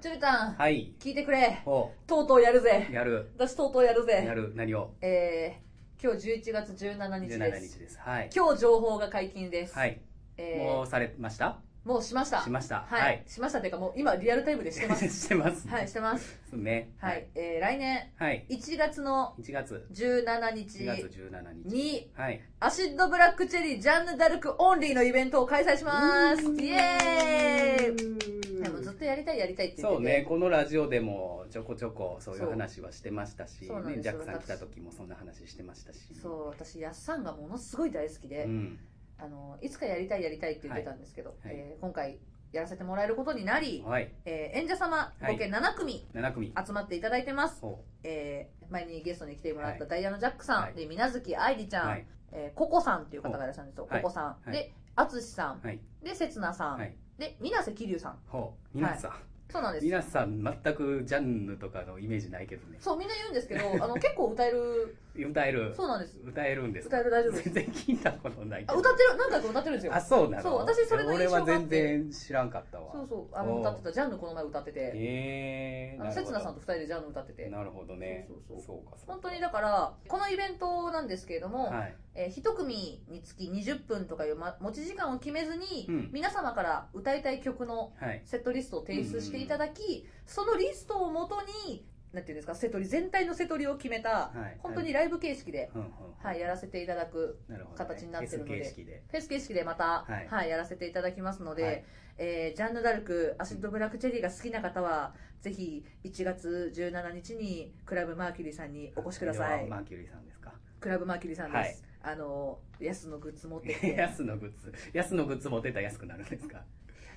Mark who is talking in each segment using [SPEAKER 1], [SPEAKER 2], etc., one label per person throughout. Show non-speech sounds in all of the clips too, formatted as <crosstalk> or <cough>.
[SPEAKER 1] チュルタン、
[SPEAKER 2] はい。
[SPEAKER 1] 聞いてくれ。
[SPEAKER 2] お
[SPEAKER 1] とうとうやるぜ。
[SPEAKER 2] やる。
[SPEAKER 1] 私とうとうやる
[SPEAKER 2] や
[SPEAKER 1] ぜ。
[SPEAKER 2] る。何を
[SPEAKER 1] えー、今日11月17日
[SPEAKER 2] 17
[SPEAKER 1] です。
[SPEAKER 2] 日です。はい。
[SPEAKER 1] 今日情報が解禁です。
[SPEAKER 2] はい。
[SPEAKER 1] えー
[SPEAKER 2] も
[SPEAKER 1] も
[SPEAKER 2] うされました
[SPEAKER 1] う、しました。
[SPEAKER 2] しました
[SPEAKER 1] はい。
[SPEAKER 2] はい
[SPEAKER 1] しましたっていうか、もう今リアルタイムでしてま
[SPEAKER 2] <laughs>
[SPEAKER 1] す。
[SPEAKER 2] してます。
[SPEAKER 1] はい、してます。
[SPEAKER 2] そうね。
[SPEAKER 1] はい。。えー、来年
[SPEAKER 2] はい。
[SPEAKER 1] 1月の
[SPEAKER 2] 1月、
[SPEAKER 1] 17
[SPEAKER 2] 1月
[SPEAKER 1] 日
[SPEAKER 2] 17日。
[SPEAKER 1] に、
[SPEAKER 2] はい。
[SPEAKER 1] アシッドブラックチェリージャンヌ・ダルクオンリーのイベントを開催します。イエーイ
[SPEAKER 2] ー
[SPEAKER 1] でもずっとやりたいやりたいって言ってて
[SPEAKER 2] そうね、このラジオでもちょこちょこそうい
[SPEAKER 1] そうう
[SPEAKER 2] 話はしてましたし、
[SPEAKER 1] そうなん
[SPEAKER 2] ね、
[SPEAKER 1] です
[SPEAKER 2] ジャ
[SPEAKER 1] よ
[SPEAKER 2] ックさん来た時もそんな話してましたし。
[SPEAKER 1] そう私やっさんがものすごい大好きで、
[SPEAKER 2] うん。
[SPEAKER 1] あのいつかやりたいやりたいって言ってたんですけど、
[SPEAKER 2] はい
[SPEAKER 1] えー今回やらせてもらえることになり、
[SPEAKER 2] はい。
[SPEAKER 1] えー演者様
[SPEAKER 2] はい
[SPEAKER 1] 合計7組
[SPEAKER 2] 7組。
[SPEAKER 1] 集まっていただいてます、
[SPEAKER 2] そ
[SPEAKER 1] えー前にゲストに来てもらった
[SPEAKER 2] は
[SPEAKER 1] ダイアナ・ジャックさん、
[SPEAKER 2] はい
[SPEAKER 1] で水無月愛理ち
[SPEAKER 2] う。
[SPEAKER 1] ゃん、
[SPEAKER 2] はい。
[SPEAKER 1] えーココさんっていう方がいらっしゃるんですよ、
[SPEAKER 2] はい
[SPEAKER 1] ココさん、
[SPEAKER 2] はい
[SPEAKER 1] で淳さん、
[SPEAKER 2] はい
[SPEAKER 1] でせつなさん、
[SPEAKER 2] はい
[SPEAKER 1] で水瀬桐生さん
[SPEAKER 2] ほう。皆さん、
[SPEAKER 1] そうなんです
[SPEAKER 2] 皆さん全くジャンヌとかのイメージないけどね。
[SPEAKER 1] そうみんな言うんですけ
[SPEAKER 2] <laughs>
[SPEAKER 1] どあの結構歌える
[SPEAKER 2] 歌える。
[SPEAKER 1] そうなん
[SPEAKER 2] <laughs>
[SPEAKER 1] です
[SPEAKER 2] 歌えるんです
[SPEAKER 1] 歌える大丈夫です
[SPEAKER 2] 全然聞いたことないけど
[SPEAKER 1] あ歌ってる何回か歌ってるんですよ
[SPEAKER 2] あそうなの
[SPEAKER 1] そう私それの印
[SPEAKER 2] 俺
[SPEAKER 1] 象があっ
[SPEAKER 2] は
[SPEAKER 1] て
[SPEAKER 2] 全然知らんかったわ
[SPEAKER 1] そうそうあの歌ってたジャンヌこの前歌ってて、
[SPEAKER 2] へえ
[SPEAKER 1] あのせつなさん
[SPEAKER 2] と
[SPEAKER 1] と2人でジャンヌ歌ってて
[SPEAKER 2] なるほどね
[SPEAKER 1] そうそうそう
[SPEAKER 2] かそうか
[SPEAKER 1] 本当にだからこのイベントなんですけれども、
[SPEAKER 2] はい
[SPEAKER 1] え1組につき20分とかいう、ま、持ち時間を決めずに、
[SPEAKER 2] うん
[SPEAKER 1] 皆様から歌いたい曲の
[SPEAKER 2] はい
[SPEAKER 1] セットリストを提出していただき、そのリストをもとになんていうんですかセトリ全体のセトリを決めた、
[SPEAKER 2] はい
[SPEAKER 1] 本当にライブ形式で、
[SPEAKER 2] うんうん
[SPEAKER 1] はいやらせていただく
[SPEAKER 2] なるほどね
[SPEAKER 1] 形になってるので
[SPEAKER 2] S 形式で
[SPEAKER 1] フェス形式でまた、は
[SPEAKER 2] はいい
[SPEAKER 1] やらせていただきますので、
[SPEAKER 2] はい
[SPEAKER 1] えージャンヌ・ダルクアシッド・ブラック・チェリーが好きな方はぜひ1月17日にクラブ・マーキュリーさんにお越しくださ
[SPEAKER 2] これ
[SPEAKER 1] い
[SPEAKER 2] はマーキュリーさんですか <laughs>
[SPEAKER 1] クラブ・マーキュリーさんです、あのヤスのグッズ持ってきて
[SPEAKER 2] 安のグッズ安のグッズ持ってたら安くなるんですか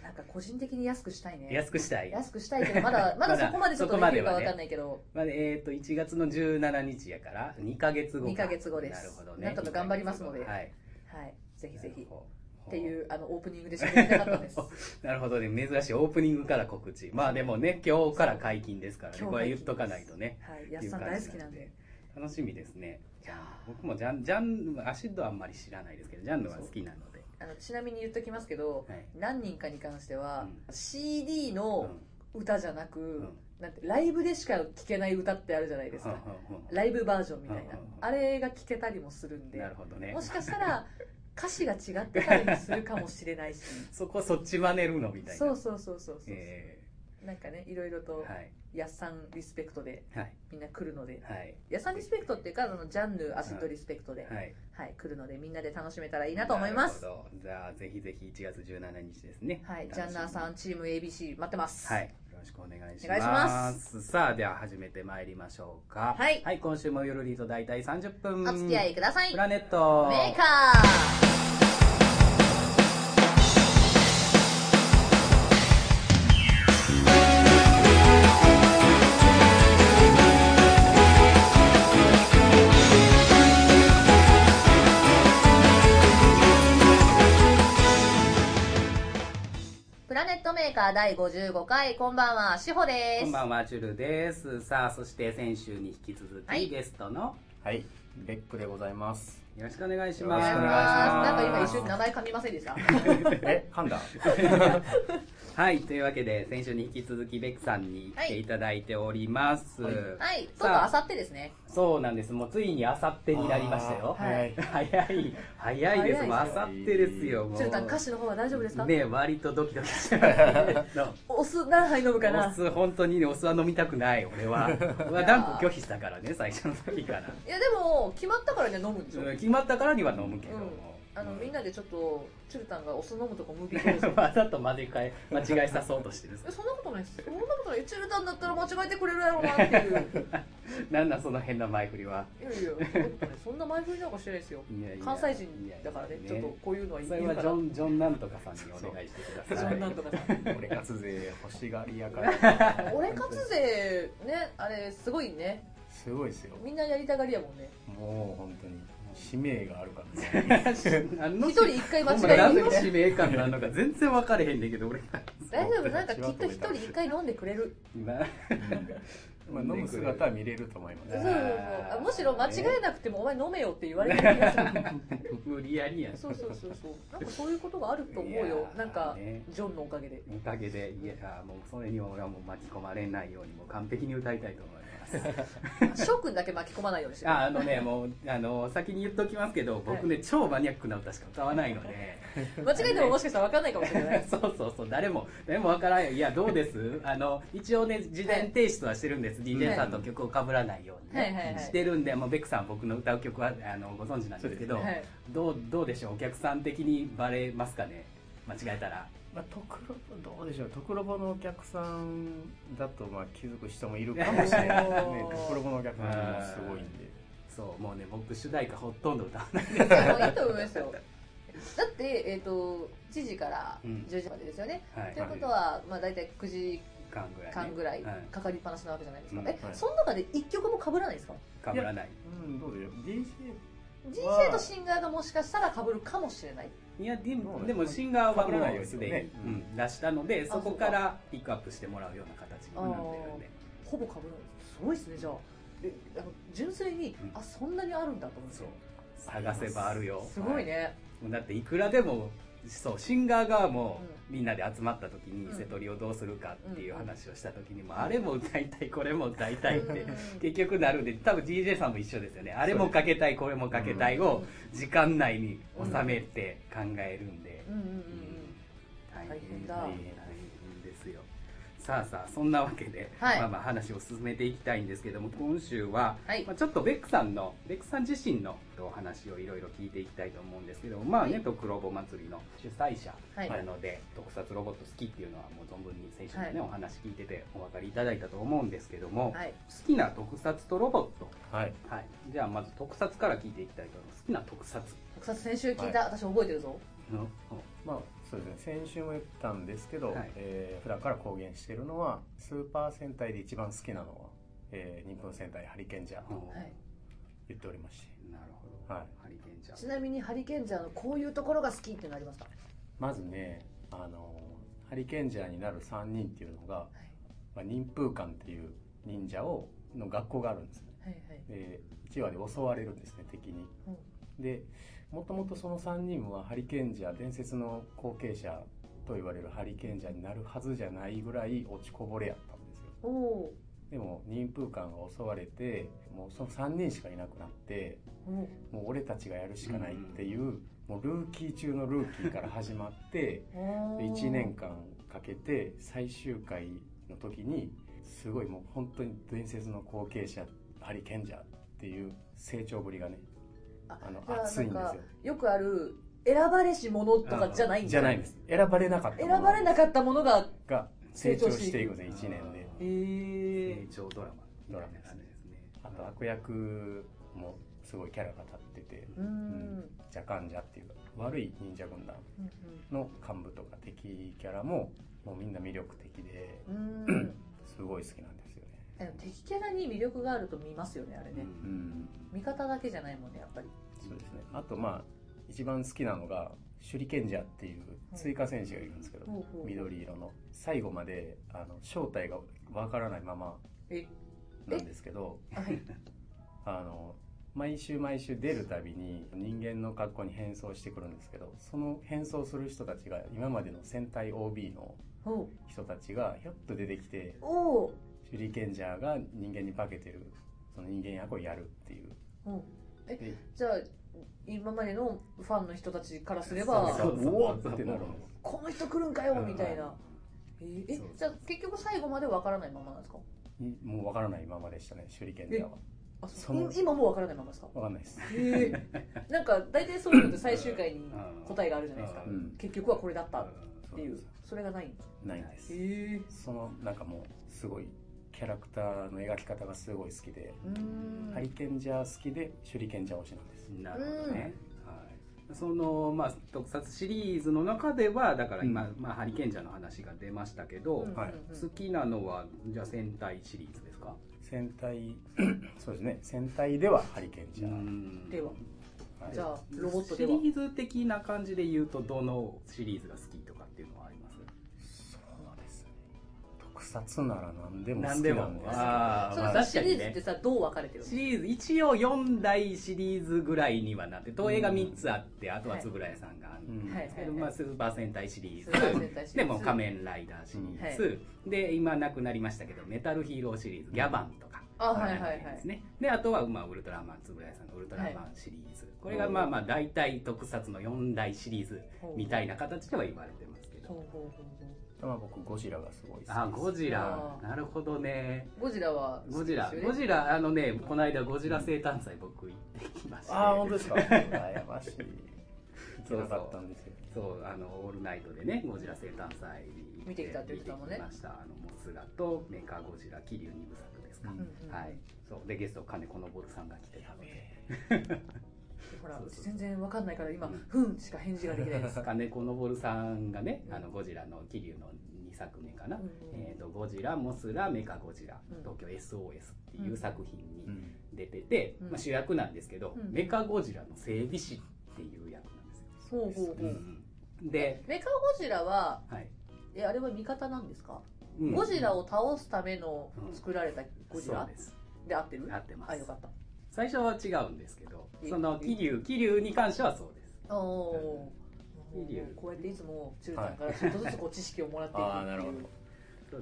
[SPEAKER 1] なんか個人的に安くしたいね
[SPEAKER 2] 安くしたい
[SPEAKER 1] 安くしたいけどまだまだ
[SPEAKER 2] まだ
[SPEAKER 1] そこまでちょっと
[SPEAKER 2] そこま
[SPEAKER 1] でき
[SPEAKER 2] で
[SPEAKER 1] るか
[SPEAKER 2] はね
[SPEAKER 1] 分かんないけど、
[SPEAKER 2] まあえっと1月の17日やから2ヶ月後か
[SPEAKER 1] 二ヶ月後です
[SPEAKER 2] なるほど
[SPEAKER 1] な
[SPEAKER 2] ね
[SPEAKER 1] んとか頑張りますので
[SPEAKER 2] 二ヶ月後
[SPEAKER 1] はい、ぜひ
[SPEAKER 2] はい
[SPEAKER 1] ぜひっ
[SPEAKER 2] ほう
[SPEAKER 1] て
[SPEAKER 2] ほう
[SPEAKER 1] いうあのオープニングで喋りたかったです
[SPEAKER 2] <laughs> なるほどね珍しいオープニングから告知まあでもね今日から解禁ですからね
[SPEAKER 1] 今日解禁です
[SPEAKER 2] これは言っとかないとね
[SPEAKER 1] はいヤスさん大好きなんで
[SPEAKER 2] 楽しみですね
[SPEAKER 1] いや
[SPEAKER 2] 僕もジャンジャンアシッドはあんまり知らないですけどジャンルは好きなので
[SPEAKER 1] ーあのちなみに言っときますけど
[SPEAKER 2] はい
[SPEAKER 1] 何人かに関しては、
[SPEAKER 2] う
[SPEAKER 1] CD
[SPEAKER 2] うん
[SPEAKER 1] の歌じゃなく、
[SPEAKER 2] うん
[SPEAKER 1] なんてライブでしか聴けない歌ってあるじゃないですか、
[SPEAKER 2] うん
[SPEAKER 1] ライブバージョンみたいな、
[SPEAKER 2] うんうんうん
[SPEAKER 1] あれが聴けたりもするんで
[SPEAKER 2] なるほどね
[SPEAKER 1] もしかしたら歌詞が違ってたりするかもしれ
[SPEAKER 2] <laughs>
[SPEAKER 1] ないし
[SPEAKER 2] そこそっち真似るのみたいな
[SPEAKER 1] そうそうそうそうそう、
[SPEAKER 2] え
[SPEAKER 1] なんかねいろいろ
[SPEAKER 2] ー
[SPEAKER 1] と
[SPEAKER 2] はい
[SPEAKER 1] やっさんリスペクトで
[SPEAKER 2] はい
[SPEAKER 1] みんな来るので
[SPEAKER 2] はい
[SPEAKER 1] やっさんリスペクトっていうかそのジャンルアシッドリスペクトで、はい
[SPEAKER 2] はい
[SPEAKER 1] 来るのでみんなで楽しめたらいいなと思います
[SPEAKER 2] なるほどじゃあぜひぜひ1月17日ですね
[SPEAKER 1] はいジャンナーさんチーム ABC 待ってます
[SPEAKER 2] はい。よろしくお願いし
[SPEAKER 1] お願いし
[SPEAKER 2] ま。
[SPEAKER 1] ます
[SPEAKER 2] さあ、では始めてまいりましょうか。
[SPEAKER 1] はい
[SPEAKER 2] 今週もゆるりと大体30分。
[SPEAKER 1] お付き合いください
[SPEAKER 2] プラネット。
[SPEAKER 1] メーカープラネットメーカー第55回こんばんはしほです
[SPEAKER 2] こんばんは、チュルです。さあ、そして先週に引き続き、
[SPEAKER 1] はい
[SPEAKER 2] ゲストの、
[SPEAKER 3] はい、レックでございます。
[SPEAKER 2] よろしくお願いします。
[SPEAKER 3] よろしくお願いします
[SPEAKER 1] なんか今一瞬名前噛みませんでした
[SPEAKER 3] <laughs> え、噛んだ。
[SPEAKER 2] はい、というわけで、先週に引き続き、ベックさんに来ていただいております。
[SPEAKER 3] はい
[SPEAKER 1] はいとうとう
[SPEAKER 2] さ
[SPEAKER 1] あ
[SPEAKER 2] あ
[SPEAKER 1] さってですね
[SPEAKER 2] そうなんです。もうついにあさってになりましたよ。
[SPEAKER 3] あーはい。
[SPEAKER 2] 早い、早いです。もうあさってですよ。もう
[SPEAKER 1] 鶴田歌手の方は大丈夫ですか、
[SPEAKER 2] ね割とドキドキしてますけど
[SPEAKER 1] お酢何杯飲むかな
[SPEAKER 2] お酢本当にねお酢は飲みたくない
[SPEAKER 1] <laughs>
[SPEAKER 2] 俺は俺は断固拒否したからね最初の時から
[SPEAKER 1] いやでも決まったからね飲むんでしょ、
[SPEAKER 2] うん決まったからには飲むけど
[SPEAKER 1] うん
[SPEAKER 2] も、
[SPEAKER 1] あの
[SPEAKER 2] うん
[SPEAKER 1] みんなでちょっとチュルタンがお酢飲むとこムービーどうぞ
[SPEAKER 2] <laughs> わざと間違え間違えさそうとしてる
[SPEAKER 1] えそんなことないですそんなことないチュルタンだったら間違えてくれるやろう
[SPEAKER 2] <laughs>
[SPEAKER 1] なっていう
[SPEAKER 2] なんなんその変な前振りはい
[SPEAKER 1] やいやそんなことないそんな前振りなんかしてないですよ
[SPEAKER 2] いやいや
[SPEAKER 1] 関西人だからね
[SPEAKER 2] いやい
[SPEAKER 1] ち
[SPEAKER 2] や
[SPEAKER 1] ょっとこういうのは言
[SPEAKER 2] それ
[SPEAKER 1] う
[SPEAKER 2] は
[SPEAKER 1] か
[SPEAKER 2] ジ
[SPEAKER 1] ら
[SPEAKER 2] ョンジョンなんとかさんにお願いしてくだ
[SPEAKER 1] ジ
[SPEAKER 2] さい
[SPEAKER 1] ョンなんとかさん
[SPEAKER 3] 俺活勢欲しがりやから。
[SPEAKER 1] 俺活勢ねあれすごいね
[SPEAKER 3] すごいですよ。
[SPEAKER 1] みんなやりたがりやもんね
[SPEAKER 3] もう本当に使命がある <laughs> からね。
[SPEAKER 2] 何の
[SPEAKER 1] 一人一回間
[SPEAKER 2] ほんま
[SPEAKER 1] 違
[SPEAKER 2] 何
[SPEAKER 1] え
[SPEAKER 2] の
[SPEAKER 1] て
[SPEAKER 2] 使命感なのか全然分かれへんねんけど俺
[SPEAKER 1] 大丈夫なんかきっと一人一回飲んでくれる
[SPEAKER 2] 今
[SPEAKER 3] まあ、飲む姿は見れると思いま
[SPEAKER 1] そう
[SPEAKER 3] す
[SPEAKER 1] そうそうあむしろ間違えなくてもお前飲めよって言われてる気がする
[SPEAKER 2] 無理やりやん
[SPEAKER 1] そうそうそうそうなんかそういうことがあると思う
[SPEAKER 2] いや
[SPEAKER 1] よ
[SPEAKER 2] ー
[SPEAKER 1] なんか
[SPEAKER 2] ね
[SPEAKER 1] ジョンのおかげ
[SPEAKER 2] <laughs>
[SPEAKER 1] で
[SPEAKER 2] おかげでいやもうそれに俺はもう巻き込まれないようにもう完璧に歌いたいと思います
[SPEAKER 1] 翔くんだけ巻き込まないようにして
[SPEAKER 2] <laughs> ああのねもうあの先に言っときますけど僕ね、超マニアックな歌しか歌わないの <laughs> で
[SPEAKER 1] 間違えてももしかしたら分かんないかもしれない
[SPEAKER 2] そうそうそう誰も誰もわからんよいやどうですあの一応ね事前提出はしてるんです、DJ さんと曲を被らないようにね、
[SPEAKER 1] はいはいはい
[SPEAKER 2] してるんでもうベックさん僕の歌う曲はあのご存知なんですけど
[SPEAKER 1] はい
[SPEAKER 2] どうどうでしょうお客さん的にバレますかね間違えたら
[SPEAKER 3] まあ、トクロボどうでしょうトクロボのお客さんだとまあ気づく人もいるかもしれ <laughs> ないですねトクロボのお客さんもすごいんで
[SPEAKER 2] そうもうね僕主題歌ほとんど歌わない
[SPEAKER 1] いやいいと思いますよだってえっ、と1時から
[SPEAKER 2] うん
[SPEAKER 1] 10時までですよね、
[SPEAKER 2] はい
[SPEAKER 1] ということは、まあ、大体9時
[SPEAKER 2] 間ぐらい、ね、
[SPEAKER 1] 間ぐらい
[SPEAKER 2] はい
[SPEAKER 1] かかりっぱなしなわけじゃないですか、
[SPEAKER 2] うん
[SPEAKER 1] え、
[SPEAKER 3] はい
[SPEAKER 1] その中で1曲も被らないですか
[SPEAKER 2] 被らない
[SPEAKER 3] うんどうでしょう DJ
[SPEAKER 1] 人生とシンガーがもしかしたら被るかもしれない
[SPEAKER 2] いやでも
[SPEAKER 3] そ
[SPEAKER 2] で
[SPEAKER 3] うです
[SPEAKER 2] もシンガーは
[SPEAKER 3] 被らない
[SPEAKER 2] もう
[SPEAKER 3] よね
[SPEAKER 2] すでに、
[SPEAKER 3] ね
[SPEAKER 2] うん出したので
[SPEAKER 1] あ
[SPEAKER 2] そこからピックアップしてもらうような形になってるんで
[SPEAKER 1] ほぼ被らないですすごいですねじゃあえあの純粋に、
[SPEAKER 2] うん
[SPEAKER 1] あそんなにあるんだと思って
[SPEAKER 2] そう探せばあるよ
[SPEAKER 1] すごいね、
[SPEAKER 2] はいだっていくらでもそうシンガー側もみんなで集まった時に
[SPEAKER 1] うん
[SPEAKER 2] 瀬戸りをどうするかってい
[SPEAKER 1] う
[SPEAKER 2] う
[SPEAKER 1] ん
[SPEAKER 2] 話をした時にもあれも歌いたいこれも歌いたいっ
[SPEAKER 1] うん
[SPEAKER 2] て結局なるんで多分 DJ さんも一緒ですよねあれもかけたいこれもかけたいを時間内に収めて考えるんで、
[SPEAKER 1] うんうんうん
[SPEAKER 2] 大
[SPEAKER 1] 大変だ
[SPEAKER 2] 大変ですよさあさあそんなわけで、
[SPEAKER 1] はい
[SPEAKER 2] まあまあ話を進めていきたいんですけども今週は、
[SPEAKER 1] はい
[SPEAKER 2] まあ、ちょっとベックさんのベックさん自身のお話をいろいろ聞いていきたいと思うんですけどまあね、
[SPEAKER 1] はい
[SPEAKER 2] とクロボ祭りの主催者
[SPEAKER 1] はい
[SPEAKER 2] なので、特撮ロボット好きっていうのはもう存分に先週のね、
[SPEAKER 1] は
[SPEAKER 2] お話聞いててお分かりいただいたと思うんですけど
[SPEAKER 1] う
[SPEAKER 2] も、
[SPEAKER 1] んはい
[SPEAKER 2] 好きな特撮とロボット
[SPEAKER 3] はい
[SPEAKER 2] はいじゃあまず特撮から聞いていきたいと思います好きな特撮
[SPEAKER 1] 特撮先週聞いた、私覚えてるぞ
[SPEAKER 2] の
[SPEAKER 3] まあそうですね先週も言ったんですけど、
[SPEAKER 2] はい
[SPEAKER 3] えー普段から公言しているのはスーパー戦隊で一番好きなのは、えー日本戦隊ハリケンジャーと
[SPEAKER 1] はい
[SPEAKER 3] 言っておりまして、
[SPEAKER 2] なるほど
[SPEAKER 3] はい、
[SPEAKER 2] ハリケーンちゃん
[SPEAKER 1] ちなみにハリケーンジャーのこういうところが好きっていうのありますか
[SPEAKER 3] まずねあのハリケンジャーになる3人っていうのが、まあ、忍風館っていう忍者をの学校があるんですね
[SPEAKER 1] はいはい
[SPEAKER 3] で1話で襲われるんですね敵にでもともとその3人はハリケンジャー伝説の後継者と言われるハリケンジャーになるはずじゃないぐらい落ちこぼれやったんですよ
[SPEAKER 1] おお
[SPEAKER 3] でも忍風館が襲われてもうその3人しかいなくなって
[SPEAKER 1] ーおー
[SPEAKER 3] もう俺たちがやるしかないっていう,、もうルーキー中のルーキーから始まって
[SPEAKER 1] おー
[SPEAKER 3] 1年間かけて最終回の時にすごいもう本当に伝説の後継者ハリケンジャーっていう成長ぶりがね
[SPEAKER 1] あ
[SPEAKER 3] あの
[SPEAKER 1] じゃあなんか
[SPEAKER 3] 熱いんですよ
[SPEAKER 1] よくある選ばれし者とかじゃないんだ
[SPEAKER 3] じゃないんです選ばれなかった
[SPEAKER 1] 選
[SPEAKER 3] もの
[SPEAKER 1] ばれなかったものが
[SPEAKER 3] が成長していくんです1年で
[SPEAKER 1] えー、
[SPEAKER 2] 成長ドラマ
[SPEAKER 3] ドラマですね
[SPEAKER 2] ね
[SPEAKER 3] あと悪役もすごいキャラが立ってて
[SPEAKER 1] うーん
[SPEAKER 3] ジャカンジャっていう悪い忍者軍団の幹部とか敵キャラももうみんな魅力的で
[SPEAKER 1] うんうんう <coughs> ーん
[SPEAKER 3] すごい好きなんですよね
[SPEAKER 1] でも敵キャラに魅力があると見ますよねあれね、
[SPEAKER 3] うん
[SPEAKER 1] 味方だけじゃないもんねやっぱり
[SPEAKER 3] そうですねあとまあ一番好きなのが手裏剣者っていう追加戦士がいるんですけど
[SPEAKER 1] ほうほうほう
[SPEAKER 3] 緑色の最後まであの正体がわからないまま
[SPEAKER 1] え
[SPEAKER 3] なんですけど
[SPEAKER 1] はい
[SPEAKER 3] あの毎週毎週出るたびに人間の格好に変装してくるんですけどその変装する人たちが今までの戦隊 OB の
[SPEAKER 1] お
[SPEAKER 3] 人たちがひょっと出てきて
[SPEAKER 1] おー
[SPEAKER 3] 手裏剣ジャーが人間に化けてるその人間役をやるっていう
[SPEAKER 1] おー
[SPEAKER 3] で
[SPEAKER 1] じゃあ今までのファンの人たちからすれ
[SPEAKER 2] あ
[SPEAKER 1] ば
[SPEAKER 2] そう
[SPEAKER 3] おおってなるんです
[SPEAKER 1] この人来るんかよみたい
[SPEAKER 3] は
[SPEAKER 1] な、えーえ
[SPEAKER 2] そうそう
[SPEAKER 1] じゃあ結局最後までわからないままなんですか
[SPEAKER 3] い <laughs> もうわからないままでしたね手裏剣ジャーは
[SPEAKER 1] あそう
[SPEAKER 3] その
[SPEAKER 1] い今もうわからないままですか
[SPEAKER 3] わかんないです、
[SPEAKER 1] へえなんか大体そういうのって最終回に答えがあるじゃないですか、
[SPEAKER 3] うん
[SPEAKER 1] 結局はこれだったっ
[SPEAKER 3] そ
[SPEAKER 1] て
[SPEAKER 3] う
[SPEAKER 1] いう
[SPEAKER 3] な
[SPEAKER 1] ん
[SPEAKER 3] です
[SPEAKER 1] それがないんだ
[SPEAKER 3] ないんです
[SPEAKER 1] え
[SPEAKER 3] そのなんかもうすごいキャラクターの描き方がすごい好きで、
[SPEAKER 1] うーん
[SPEAKER 3] ハリケンジャー好きで手裏剣ジャー推しなんです、
[SPEAKER 2] なるほどね、はい、その、まあ、特撮シリーズの中ではだから今、
[SPEAKER 3] う
[SPEAKER 2] まあ、ハリケーンジャーの話が出ましたけど、
[SPEAKER 1] うん
[SPEAKER 3] はい
[SPEAKER 1] うん
[SPEAKER 2] 好きなのはじゃあ戦隊シリーズですか
[SPEAKER 3] 戦隊 <clears throat> そうですね戦隊ではハリケンジャー、
[SPEAKER 2] ん
[SPEAKER 1] では
[SPEAKER 3] はい
[SPEAKER 1] じゃあロボット
[SPEAKER 2] シ
[SPEAKER 1] で
[SPEAKER 2] リ
[SPEAKER 1] は
[SPEAKER 2] ーズ的な感じで言うとどのシリーズが好きとかっていうのはあります
[SPEAKER 3] そうですね特撮冊なら何でも好
[SPEAKER 2] 何
[SPEAKER 3] き
[SPEAKER 2] で
[SPEAKER 3] な
[SPEAKER 2] も
[SPEAKER 3] ん。です
[SPEAKER 2] あー
[SPEAKER 1] そ
[SPEAKER 2] ま
[SPEAKER 1] の
[SPEAKER 2] あ
[SPEAKER 1] さ
[SPEAKER 2] 確
[SPEAKER 1] シ
[SPEAKER 2] か
[SPEAKER 1] リーズ
[SPEAKER 2] に
[SPEAKER 1] って
[SPEAKER 2] ね。
[SPEAKER 1] さどう分かれてるの
[SPEAKER 2] シリーズ、一応4大シリーズぐらいにはなって、東映が3つあって、あとは
[SPEAKER 1] はい
[SPEAKER 2] 円谷さんがある
[SPEAKER 3] うんん
[SPEAKER 1] はい
[SPEAKER 2] ですけど、まあ、スーパー戦隊シリ
[SPEAKER 1] ス
[SPEAKER 2] ー
[SPEAKER 1] ーパー
[SPEAKER 2] ズ
[SPEAKER 1] 戦。隊シリ
[SPEAKER 2] で
[SPEAKER 1] ーズ
[SPEAKER 2] もう仮面ライダーシリーズ、で今なくなりましたけどメタルヒーローシリーズギャバンとか
[SPEAKER 1] あはいはいはい
[SPEAKER 2] ですねであとは、まあ、ウルトラマン円谷さんのウルトラマンシリーズ、これがまあまあ大体特撮の4大シリーズみたいな形では言われてますけ
[SPEAKER 1] ほう
[SPEAKER 2] ど
[SPEAKER 1] ほうほうほ
[SPEAKER 3] まあ僕ゴジラがすごい好きです
[SPEAKER 2] あゴジラ
[SPEAKER 1] あー
[SPEAKER 2] なるほどね
[SPEAKER 1] うゴジラは
[SPEAKER 2] ゴジラ、ゴジラあのねこの間ゴジラ生誕祭僕行ってきました、
[SPEAKER 3] ああ本当ですか羨ましい行け
[SPEAKER 2] そうそう
[SPEAKER 3] なかったんですよ
[SPEAKER 2] そうあのオールナイトでねゴジラ生誕祭に行
[SPEAKER 1] 見てきたって言ってたもんね
[SPEAKER 2] 見きましたあのモスラとメカゴジラ桐生二部作ですか、
[SPEAKER 3] うん
[SPEAKER 2] はいそうでゲスト金子昇さんが来てたので
[SPEAKER 1] ほ
[SPEAKER 2] ら
[SPEAKER 1] ら
[SPEAKER 2] うち
[SPEAKER 1] 全然わかんないから今
[SPEAKER 2] うん
[SPEAKER 1] ふんしか返事ができない
[SPEAKER 2] <laughs>
[SPEAKER 1] です
[SPEAKER 2] 金子昇さんがね、
[SPEAKER 1] うん
[SPEAKER 2] あのゴジラの桐生の2作目かな、
[SPEAKER 1] うん
[SPEAKER 2] えー、とゴジラモスラメカゴジラ
[SPEAKER 1] うん
[SPEAKER 2] 東京 SOS っていう作品
[SPEAKER 3] う
[SPEAKER 2] に
[SPEAKER 3] ん
[SPEAKER 2] 出てて、
[SPEAKER 1] うん
[SPEAKER 2] まあ、主役なんですけど、
[SPEAKER 1] うん
[SPEAKER 2] メカゴジラの整備士っていう役なんですよ、
[SPEAKER 1] ほうほうほう
[SPEAKER 2] で、
[SPEAKER 1] メカゴジラは
[SPEAKER 2] はい
[SPEAKER 1] えあれは味方なんですか
[SPEAKER 2] うん
[SPEAKER 1] ゴジラを倒すための
[SPEAKER 2] うん
[SPEAKER 1] 作られたゴジ
[SPEAKER 2] そ
[SPEAKER 1] ラ
[SPEAKER 2] うです
[SPEAKER 1] で合ってる
[SPEAKER 2] 合ってます
[SPEAKER 1] あよかった
[SPEAKER 2] 最初は違うんですけど
[SPEAKER 1] え
[SPEAKER 2] その桐生桐生に関してはそうです
[SPEAKER 1] おおー
[SPEAKER 2] いい理由
[SPEAKER 1] こうやっていつも中ちゃんからちょっとずつこう知識をもらっていく
[SPEAKER 3] はいあーなる
[SPEAKER 1] っ
[SPEAKER 3] ほ
[SPEAKER 1] て
[SPEAKER 3] ど
[SPEAKER 1] いう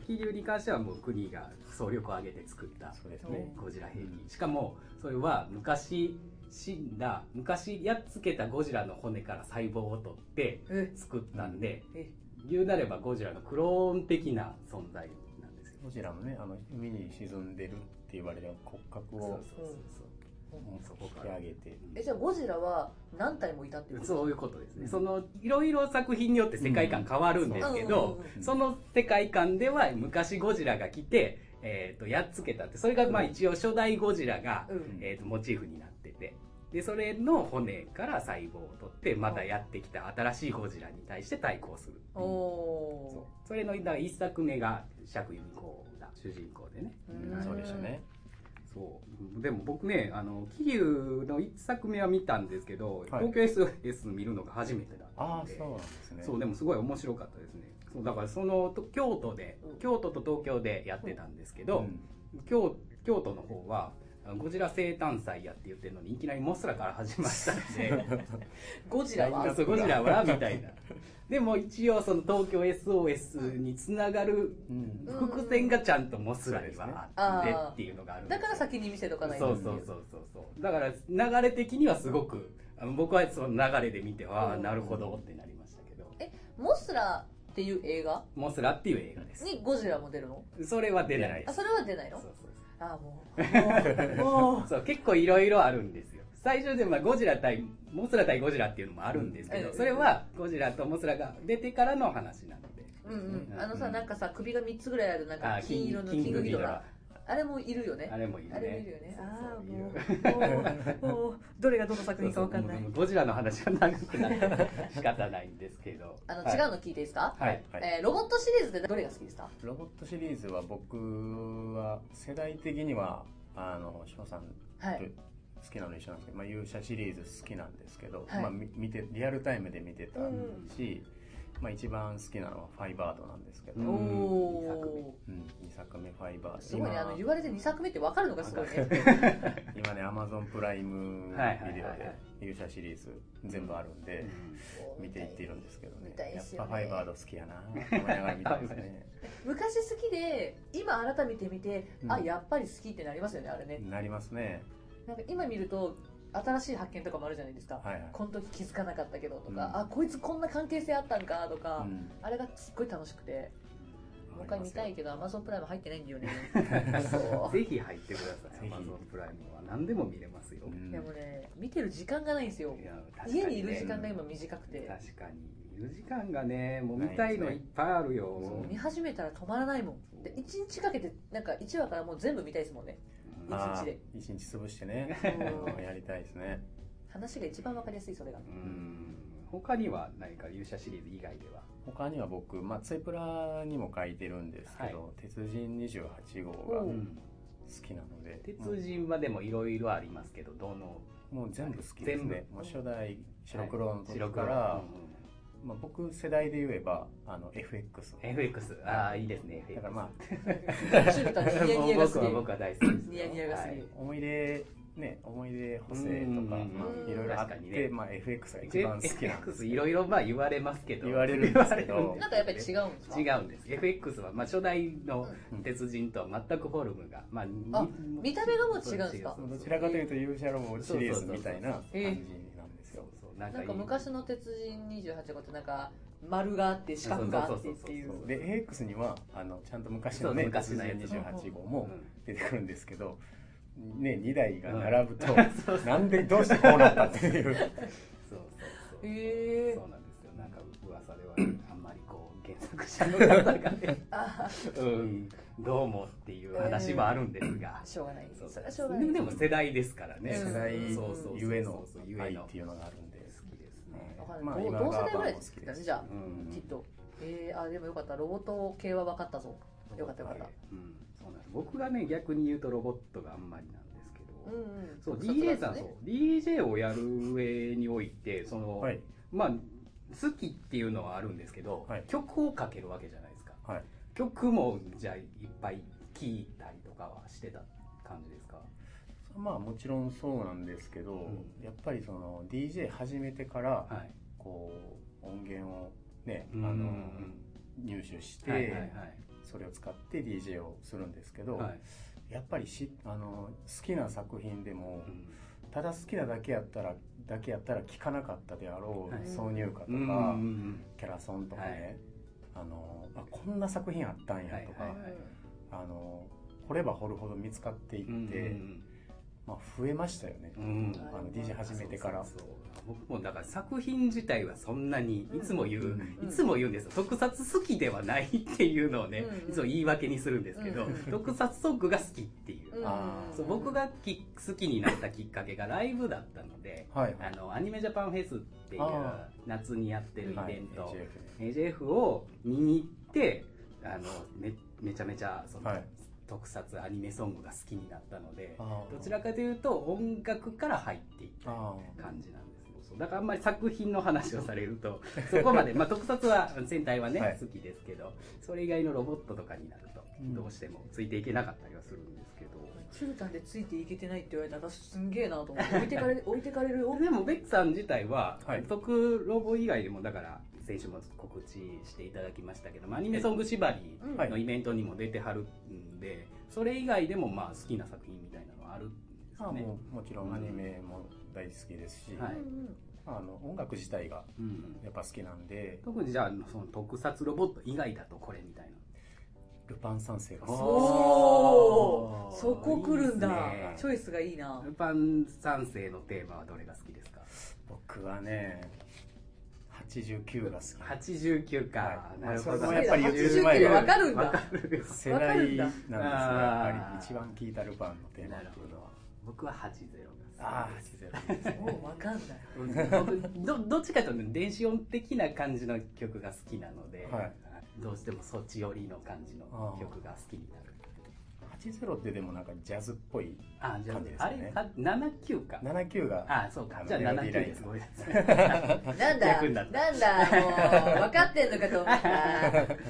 [SPEAKER 2] 桐生に関してはもう国が総力を挙げて作った
[SPEAKER 3] そうですね
[SPEAKER 2] ゴジラ兵器しかもそれは昔死んだ昔やっつけたゴジラの骨から細胞を取って
[SPEAKER 1] え
[SPEAKER 2] 作ったんで、
[SPEAKER 1] え
[SPEAKER 2] 言うなればゴジラのクローン的な存在なんですよ
[SPEAKER 3] ゴジラもねあの海に沈んでるって言われる骨格
[SPEAKER 2] そう
[SPEAKER 3] を
[SPEAKER 2] そうそうそう
[SPEAKER 3] もう
[SPEAKER 2] そこ
[SPEAKER 3] 引
[SPEAKER 2] か
[SPEAKER 3] き
[SPEAKER 2] ら
[SPEAKER 3] 上げて
[SPEAKER 1] えじゃあゴジラは何体もいたってこと
[SPEAKER 2] そういうことですね、
[SPEAKER 3] うん
[SPEAKER 2] そのいろいろ作品によって世界観変わるんですけど、
[SPEAKER 1] うんうんうん
[SPEAKER 3] うん
[SPEAKER 2] その世界観では昔ゴジラが来て、えー、とやっつけたってそれがまあ一応初代ゴジラが、
[SPEAKER 1] うん
[SPEAKER 2] えー、とモチーフになっててでそれの骨から細胞を取ってまたやってきた新しいゴジラに対して対抗する
[SPEAKER 1] お
[SPEAKER 2] そ
[SPEAKER 1] お
[SPEAKER 2] うそれのだから一作目が釈由美子が主人公でね
[SPEAKER 3] うんそうでしたね
[SPEAKER 2] そうでも僕ねあの桐生の一作目は見たんですけど、
[SPEAKER 3] はい
[SPEAKER 2] 東京 SOS 見るのが初めてだった
[SPEAKER 3] あ
[SPEAKER 2] ん
[SPEAKER 3] あ
[SPEAKER 2] で
[SPEAKER 3] そうなんですね
[SPEAKER 2] そうでもすごい面白かったですねそうだからそのと京都で
[SPEAKER 1] うん
[SPEAKER 2] 京都と東京でやってたんですけ
[SPEAKER 3] う
[SPEAKER 2] ど、
[SPEAKER 3] ん
[SPEAKER 2] 京京都の方はゴジラ生誕祭やって言ってるのにいきなりモスラから始まったん
[SPEAKER 3] <laughs>
[SPEAKER 2] で
[SPEAKER 1] ゴジラは
[SPEAKER 2] あそうゴジラはみたいなでも一応その東京 SOS につながる
[SPEAKER 3] うん
[SPEAKER 1] うん
[SPEAKER 2] 伏線がちゃんとモスラにはあってっていうのがあるんです
[SPEAKER 1] だ
[SPEAKER 2] よ
[SPEAKER 1] から先に見せとかない
[SPEAKER 2] そ
[SPEAKER 1] と
[SPEAKER 2] うそうそうそうそうだから流れ的にはすごくあの僕はその流れで見てああ
[SPEAKER 1] うん
[SPEAKER 2] なるほどってなりましたけど
[SPEAKER 1] モスラっていう映画
[SPEAKER 2] モスラっていう映画です
[SPEAKER 1] にゴジラも出るの
[SPEAKER 2] それは出ないで
[SPEAKER 1] あ
[SPEAKER 2] す
[SPEAKER 1] それは出ない
[SPEAKER 2] そ
[SPEAKER 1] の
[SPEAKER 2] うそうそ
[SPEAKER 1] あもうもう
[SPEAKER 2] うそう結構いろいろあるんですよ最初でまあゴジラ対モスラ対ゴジラっていうのもあるんですけど、
[SPEAKER 1] うん
[SPEAKER 2] それはゴジラとモスラが出てからの話なので
[SPEAKER 1] うんうん、あの
[SPEAKER 2] う
[SPEAKER 1] さ
[SPEAKER 2] ん
[SPEAKER 1] なんかさ首が3つぐらいあるなん
[SPEAKER 2] あ
[SPEAKER 1] か
[SPEAKER 2] ー
[SPEAKER 1] 金色のキングギドラあれもいるよね
[SPEAKER 2] あれもいるね
[SPEAKER 1] あれもいるよね
[SPEAKER 2] そう
[SPEAKER 1] ああ
[SPEAKER 2] そういる
[SPEAKER 1] ーもうもうどれがどの作品かわかんない
[SPEAKER 2] そうそうゴジラの話は長くなって仕方ないんですけど
[SPEAKER 1] あの
[SPEAKER 2] はい
[SPEAKER 1] 違うの聞いていいですか、
[SPEAKER 2] はい
[SPEAKER 3] はい
[SPEAKER 1] えーロボットシリーズでどれが好きですか
[SPEAKER 3] ロボットシリーズは僕は世代的にはあの翔さん
[SPEAKER 1] は
[SPEAKER 3] と
[SPEAKER 1] い
[SPEAKER 3] 好きなの一緒なんですけど、まあ、勇者シリーズ好きなんですけど、
[SPEAKER 1] はい
[SPEAKER 3] まあ、み見てリアルタイムで見てた
[SPEAKER 1] うん
[SPEAKER 3] し、まあ、一番好きなのは「ファイバード」なんですけど、
[SPEAKER 2] う
[SPEAKER 3] うんん
[SPEAKER 1] おお
[SPEAKER 2] 二作
[SPEAKER 3] 2作目「ファイバード」
[SPEAKER 1] ーすごいねあの言
[SPEAKER 3] 今
[SPEAKER 1] われて2作目ってわかるのがすごいね <laughs>
[SPEAKER 3] 今ねアマゾンプライム
[SPEAKER 2] はいはい
[SPEAKER 3] ビデ
[SPEAKER 2] は
[SPEAKER 3] オ
[SPEAKER 2] いはい
[SPEAKER 3] で勇者シリーズ全部あるんで、見ていっているんですけどね
[SPEAKER 1] 見たいっ
[SPEAKER 3] やっ
[SPEAKER 1] すよ
[SPEAKER 3] ぱ
[SPEAKER 1] ね
[SPEAKER 3] ファイバード好きやなと思いながら見たんですね
[SPEAKER 1] 昔好きで今改めて見て、
[SPEAKER 3] うん
[SPEAKER 1] あやっぱり好きってなりますよねあれね
[SPEAKER 3] なりますね
[SPEAKER 1] なんか今見ると新しい発見とかもあるじゃないですか、
[SPEAKER 3] はいはい
[SPEAKER 1] この時気づかなかったけどとか、
[SPEAKER 3] うん
[SPEAKER 1] あこいつこんな関係性あったんかとか、
[SPEAKER 3] うん
[SPEAKER 1] あれがすっごい楽しくてもう一回見たいけど Amazon プライム入ってないんだよ
[SPEAKER 2] <laughs>
[SPEAKER 1] ねそう
[SPEAKER 2] <laughs> ぜひ入ってくださ
[SPEAKER 3] ぜ
[SPEAKER 2] い
[SPEAKER 3] ひ
[SPEAKER 2] Amazon プライムは何でも見れますよ、
[SPEAKER 3] うん
[SPEAKER 1] でもね見てる時間がないんですよ
[SPEAKER 2] いや
[SPEAKER 1] 家にいる時間が
[SPEAKER 2] ね
[SPEAKER 1] 今短くて、
[SPEAKER 2] 確かにいる時間がねもう見たいのいっぱいあるよ、
[SPEAKER 1] そううん見始めたら止まらないもんで1日かけてなんか1話からもう全部見たいですもんね
[SPEAKER 2] うん
[SPEAKER 1] 一日で
[SPEAKER 3] あー一日潰してね
[SPEAKER 1] <laughs> うん
[SPEAKER 3] うんやりたいですね
[SPEAKER 1] 話が一番わかりやすいそれが
[SPEAKER 2] うん他には何か勇者シリーズ以外では
[SPEAKER 3] 他には僕、まあ、ツイプラにも書いてるんですけど、鉄人28号が
[SPEAKER 1] う
[SPEAKER 3] 好
[SPEAKER 1] ん
[SPEAKER 3] きなのでもう
[SPEAKER 2] 鉄人はでもいろいろありますけどどの
[SPEAKER 3] もう全部好きです
[SPEAKER 2] 全
[SPEAKER 3] ねもう初代白黒の時から、
[SPEAKER 2] 白黒
[SPEAKER 3] まあ、僕世代で言えばあの FX
[SPEAKER 2] FX ああいいですね
[SPEAKER 3] だ
[SPEAKER 2] FX
[SPEAKER 3] からまあ
[SPEAKER 1] 趣味とニヤニヤがす
[SPEAKER 2] 僕
[SPEAKER 1] げ
[SPEAKER 2] は
[SPEAKER 1] え
[SPEAKER 2] 僕は大好きですよ
[SPEAKER 1] ニヤニヤがすげえ
[SPEAKER 2] はい
[SPEAKER 3] 思い出ね思い出補正
[SPEAKER 2] うん
[SPEAKER 3] とか、ま
[SPEAKER 1] うん
[SPEAKER 3] あ、いろいろあっ
[SPEAKER 2] 確かに
[SPEAKER 3] て、
[SPEAKER 2] ね
[SPEAKER 3] まあ、FX が一番好きなんです
[SPEAKER 2] FX いろいろまあ言われますけど
[SPEAKER 3] 言われるんですけ
[SPEAKER 2] 言わ
[SPEAKER 3] ど
[SPEAKER 2] れる
[SPEAKER 1] なんかやっぱり違うんですか
[SPEAKER 2] 違うんです FX はまあ初代の鉄人とは全くフォルムが、まあ、に
[SPEAKER 1] あ見た目がもう違うんですか
[SPEAKER 2] そう
[SPEAKER 3] どちらかというと勇者ロボシリーズみたいな感じなんです
[SPEAKER 2] そう
[SPEAKER 3] よ
[SPEAKER 2] そうなん
[SPEAKER 1] なんか昔の鉄人28号ってなんか丸があって四角があってってい
[SPEAKER 2] そう
[SPEAKER 3] で FX にはあのちゃんと昔のね
[SPEAKER 2] そう昔のやつ
[SPEAKER 3] 28号
[SPEAKER 2] う
[SPEAKER 3] も
[SPEAKER 2] ん
[SPEAKER 3] 出てくるんですけど、ね、2台が並ぶと、
[SPEAKER 2] そうそう
[SPEAKER 3] なんでどうしてこうなったっていう
[SPEAKER 2] そうそうそう
[SPEAKER 1] へー
[SPEAKER 2] そうなんですよなんか噂ではあんまりこう原作者の方がね
[SPEAKER 1] <laughs> あ
[SPEAKER 2] うんどうもっていう話もあるんですが
[SPEAKER 1] あ、しょうがない
[SPEAKER 2] そう
[SPEAKER 1] それはしょうがない
[SPEAKER 2] でも世代ですからね
[SPEAKER 1] うん
[SPEAKER 3] 世代
[SPEAKER 2] そうそうそう
[SPEAKER 3] ゆえの
[SPEAKER 2] そうそうゆえ
[SPEAKER 3] 愛っ
[SPEAKER 2] の好
[SPEAKER 3] ていうのがあるんで
[SPEAKER 2] きですね
[SPEAKER 1] わかんない
[SPEAKER 3] まあ
[SPEAKER 1] 同
[SPEAKER 3] 今
[SPEAKER 1] 同世
[SPEAKER 3] が
[SPEAKER 1] 代ぐらいです
[SPEAKER 3] 好き
[SPEAKER 1] だ
[SPEAKER 3] で
[SPEAKER 1] ね
[SPEAKER 3] す
[SPEAKER 1] じゃ
[SPEAKER 2] うん
[SPEAKER 1] あきっとえー、あでもよかったロボット系は分かったぞよかったよかった
[SPEAKER 2] うん、そうなんです僕がね逆に言うとロボットがあんまりなんですけど、
[SPEAKER 1] うんうん
[SPEAKER 2] そう
[SPEAKER 1] 特撮なん
[SPEAKER 2] DJ
[SPEAKER 1] です
[SPEAKER 2] さん、
[SPEAKER 1] ね
[SPEAKER 2] そう DJ をやる上においてその、
[SPEAKER 3] はい
[SPEAKER 2] まあ好きっていうのはあるんですけど、
[SPEAKER 3] はい
[SPEAKER 2] 曲をかけるわけじゃないですか、
[SPEAKER 3] はい
[SPEAKER 2] 曲もじゃあいっぱい聴いたりとかはしてた感じですか
[SPEAKER 3] まあもちろんそうなんですけど、
[SPEAKER 2] うん
[SPEAKER 3] やっぱりその DJ 始めてから
[SPEAKER 2] はい
[SPEAKER 3] こう音源をねあ
[SPEAKER 2] うんうんう
[SPEAKER 3] の
[SPEAKER 2] ん
[SPEAKER 3] 入手して、
[SPEAKER 2] はいはいはい
[SPEAKER 3] それを使って DJ をするんですけど、
[SPEAKER 2] はい
[SPEAKER 3] やっぱりしあの好きな作品でも
[SPEAKER 2] うん
[SPEAKER 3] ただ好きなだけやったらだけやったら聴かなかったであろう、
[SPEAKER 2] はい
[SPEAKER 3] 挿入歌とか、
[SPEAKER 2] うんうん
[SPEAKER 3] キャラソンとか
[SPEAKER 2] は
[SPEAKER 3] ね、あのあこんな作品あったんやとか、
[SPEAKER 2] はいはい
[SPEAKER 3] あの掘れば掘るほど見つかっていって、
[SPEAKER 2] うん
[SPEAKER 3] まあ、増えましたよね、
[SPEAKER 2] うんうんうん
[SPEAKER 3] あの DJ 始めてから
[SPEAKER 2] そうそうそう僕もだから作品自体はそんなにいつも言う、
[SPEAKER 3] うん
[SPEAKER 2] いつも言うんですよ特撮好きではないっていうのをね、
[SPEAKER 1] うんうん
[SPEAKER 2] いつも言い訳にするんですけど、
[SPEAKER 1] うん
[SPEAKER 2] 特撮ソングが好きっていう,、
[SPEAKER 1] うん
[SPEAKER 3] あー
[SPEAKER 2] そう僕がき好きになったきっかけがライブだったので
[SPEAKER 3] はいは
[SPEAKER 2] あ
[SPEAKER 3] い
[SPEAKER 2] のアニメジャパンフェスっていう
[SPEAKER 3] あ
[SPEAKER 2] 夏にやってるイ
[SPEAKER 3] はい
[SPEAKER 2] ベント、
[SPEAKER 3] AJF
[SPEAKER 2] AJF を見に行ってあのめめちゃめちゃその、
[SPEAKER 3] はい
[SPEAKER 2] 特撮アニメソングが好きになったので
[SPEAKER 3] あー
[SPEAKER 2] どちらかというと音楽から入っていった
[SPEAKER 3] あ
[SPEAKER 2] 感じなんですよそうだからあんまり作品の話をされるとそこまで、まあ、特撮は戦隊はね、
[SPEAKER 3] はい
[SPEAKER 2] 好きですけどそれ以外のロボットとかになると
[SPEAKER 3] うん
[SPEAKER 2] どうしてもついていけなかったりはするんですけど、
[SPEAKER 1] チュルタンでついていけてないって言われたら私すんげえなと思って置いてかれ置いてかれるよ
[SPEAKER 2] でもベックさん自体は、
[SPEAKER 3] はい
[SPEAKER 2] 特ロボ以外でもだから先週も告知していただきましたけどもアニメソング縛り
[SPEAKER 1] うん
[SPEAKER 3] はい
[SPEAKER 2] のイベントにも出てはるんでそれ以外でもまあ好きな作品みたいなのはあるんです
[SPEAKER 3] ああ
[SPEAKER 2] ね。
[SPEAKER 3] もうもちろんアニメも大好きですし、
[SPEAKER 2] はい
[SPEAKER 1] うん
[SPEAKER 3] あの音楽自体が
[SPEAKER 2] うんうん
[SPEAKER 3] やっぱ好きなんで
[SPEAKER 2] 特にじゃあその特撮ロボット以外だとこれみたいな
[SPEAKER 3] 「ルパン三世」が
[SPEAKER 1] うん、
[SPEAKER 3] 好
[SPEAKER 1] お
[SPEAKER 2] あ
[SPEAKER 1] お
[SPEAKER 2] ー
[SPEAKER 1] そこ来るんだ
[SPEAKER 2] いいっす
[SPEAKER 1] チョイスがいいな
[SPEAKER 2] ねルパン三世のテーマはどれが好きですか
[SPEAKER 3] き僕はね89が好き
[SPEAKER 2] 89か、
[SPEAKER 3] はい
[SPEAKER 2] なるほ
[SPEAKER 3] そ
[SPEAKER 2] ど
[SPEAKER 3] れもやっぱり
[SPEAKER 1] 80
[SPEAKER 3] 10前
[SPEAKER 1] ってわかるん
[SPEAKER 2] わ
[SPEAKER 1] だ
[SPEAKER 2] かる
[SPEAKER 3] 世代なんですねやっ
[SPEAKER 2] あー
[SPEAKER 3] ぱり一番聴いたルパンのテーマっていうのは
[SPEAKER 2] 僕は80が好きです
[SPEAKER 3] ああ自然ですね
[SPEAKER 1] もうわかんない
[SPEAKER 2] 僕ど <laughs> どっちかというと電子音的な感じの曲が好きなので、
[SPEAKER 3] はい
[SPEAKER 2] どうしてもそっち寄りの感じの曲が好きになる
[SPEAKER 3] 80ってでもなんかジャズっぽい
[SPEAKER 2] あじゃ
[SPEAKER 3] 感じで
[SPEAKER 2] あ、
[SPEAKER 3] す
[SPEAKER 2] あ
[SPEAKER 3] ね
[SPEAKER 2] れか79か
[SPEAKER 3] 79が
[SPEAKER 2] あそうか
[SPEAKER 3] あの
[SPEAKER 2] じゃあ
[SPEAKER 3] メロデ
[SPEAKER 2] 79
[SPEAKER 3] ィーライン
[SPEAKER 2] ですごめんなさい
[SPEAKER 1] なんだ
[SPEAKER 2] 逆にな
[SPEAKER 1] な
[SPEAKER 2] っ
[SPEAKER 1] ん
[SPEAKER 2] た
[SPEAKER 1] だもう分かってんのかと思った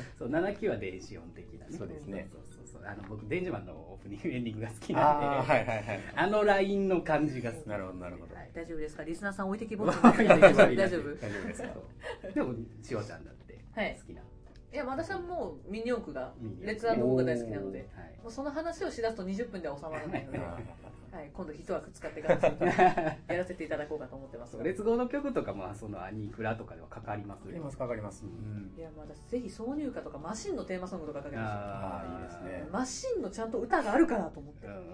[SPEAKER 2] <laughs> そう79は電子音的な、ね、
[SPEAKER 3] そうですね
[SPEAKER 2] そうそうそうあの僕電磁マンのオープニングエンディングが好き
[SPEAKER 3] あ
[SPEAKER 2] なんで
[SPEAKER 3] あーはいはい
[SPEAKER 2] <laughs>
[SPEAKER 3] はい
[SPEAKER 2] あのラインの感じが好き
[SPEAKER 3] なるほどなるほど
[SPEAKER 2] はい
[SPEAKER 1] 大丈夫ですかリスナーさん置いてきぼっちになって
[SPEAKER 2] <laughs>
[SPEAKER 1] ない大丈夫大丈夫
[SPEAKER 3] 大丈夫ですか
[SPEAKER 2] そうでもしおちゃんだって
[SPEAKER 1] はい
[SPEAKER 2] 好きな、
[SPEAKER 1] いや私はもうミニ四駆が
[SPEAKER 2] ミニ四駆
[SPEAKER 1] レッツアンドオーが大好きなので
[SPEAKER 2] はい
[SPEAKER 1] もうその話をしだすと20分では収まらない <laughs> ので、は
[SPEAKER 3] あ
[SPEAKER 1] い、今度一枠使ってからやらせていただこうかと思ってます
[SPEAKER 2] <laughs> そう
[SPEAKER 1] がい
[SPEAKER 2] レッツゴーの曲とかもそのアニクラとかではかかります
[SPEAKER 3] ーわかりますかわかります、うん
[SPEAKER 1] やまあ私ぜひ挿入歌とかマシンのテーマソングとかかけまし
[SPEAKER 2] あ
[SPEAKER 3] あーいいですね
[SPEAKER 1] たマシンのちゃんと歌があるからと思って
[SPEAKER 2] う
[SPEAKER 1] っ
[SPEAKER 2] んうんうん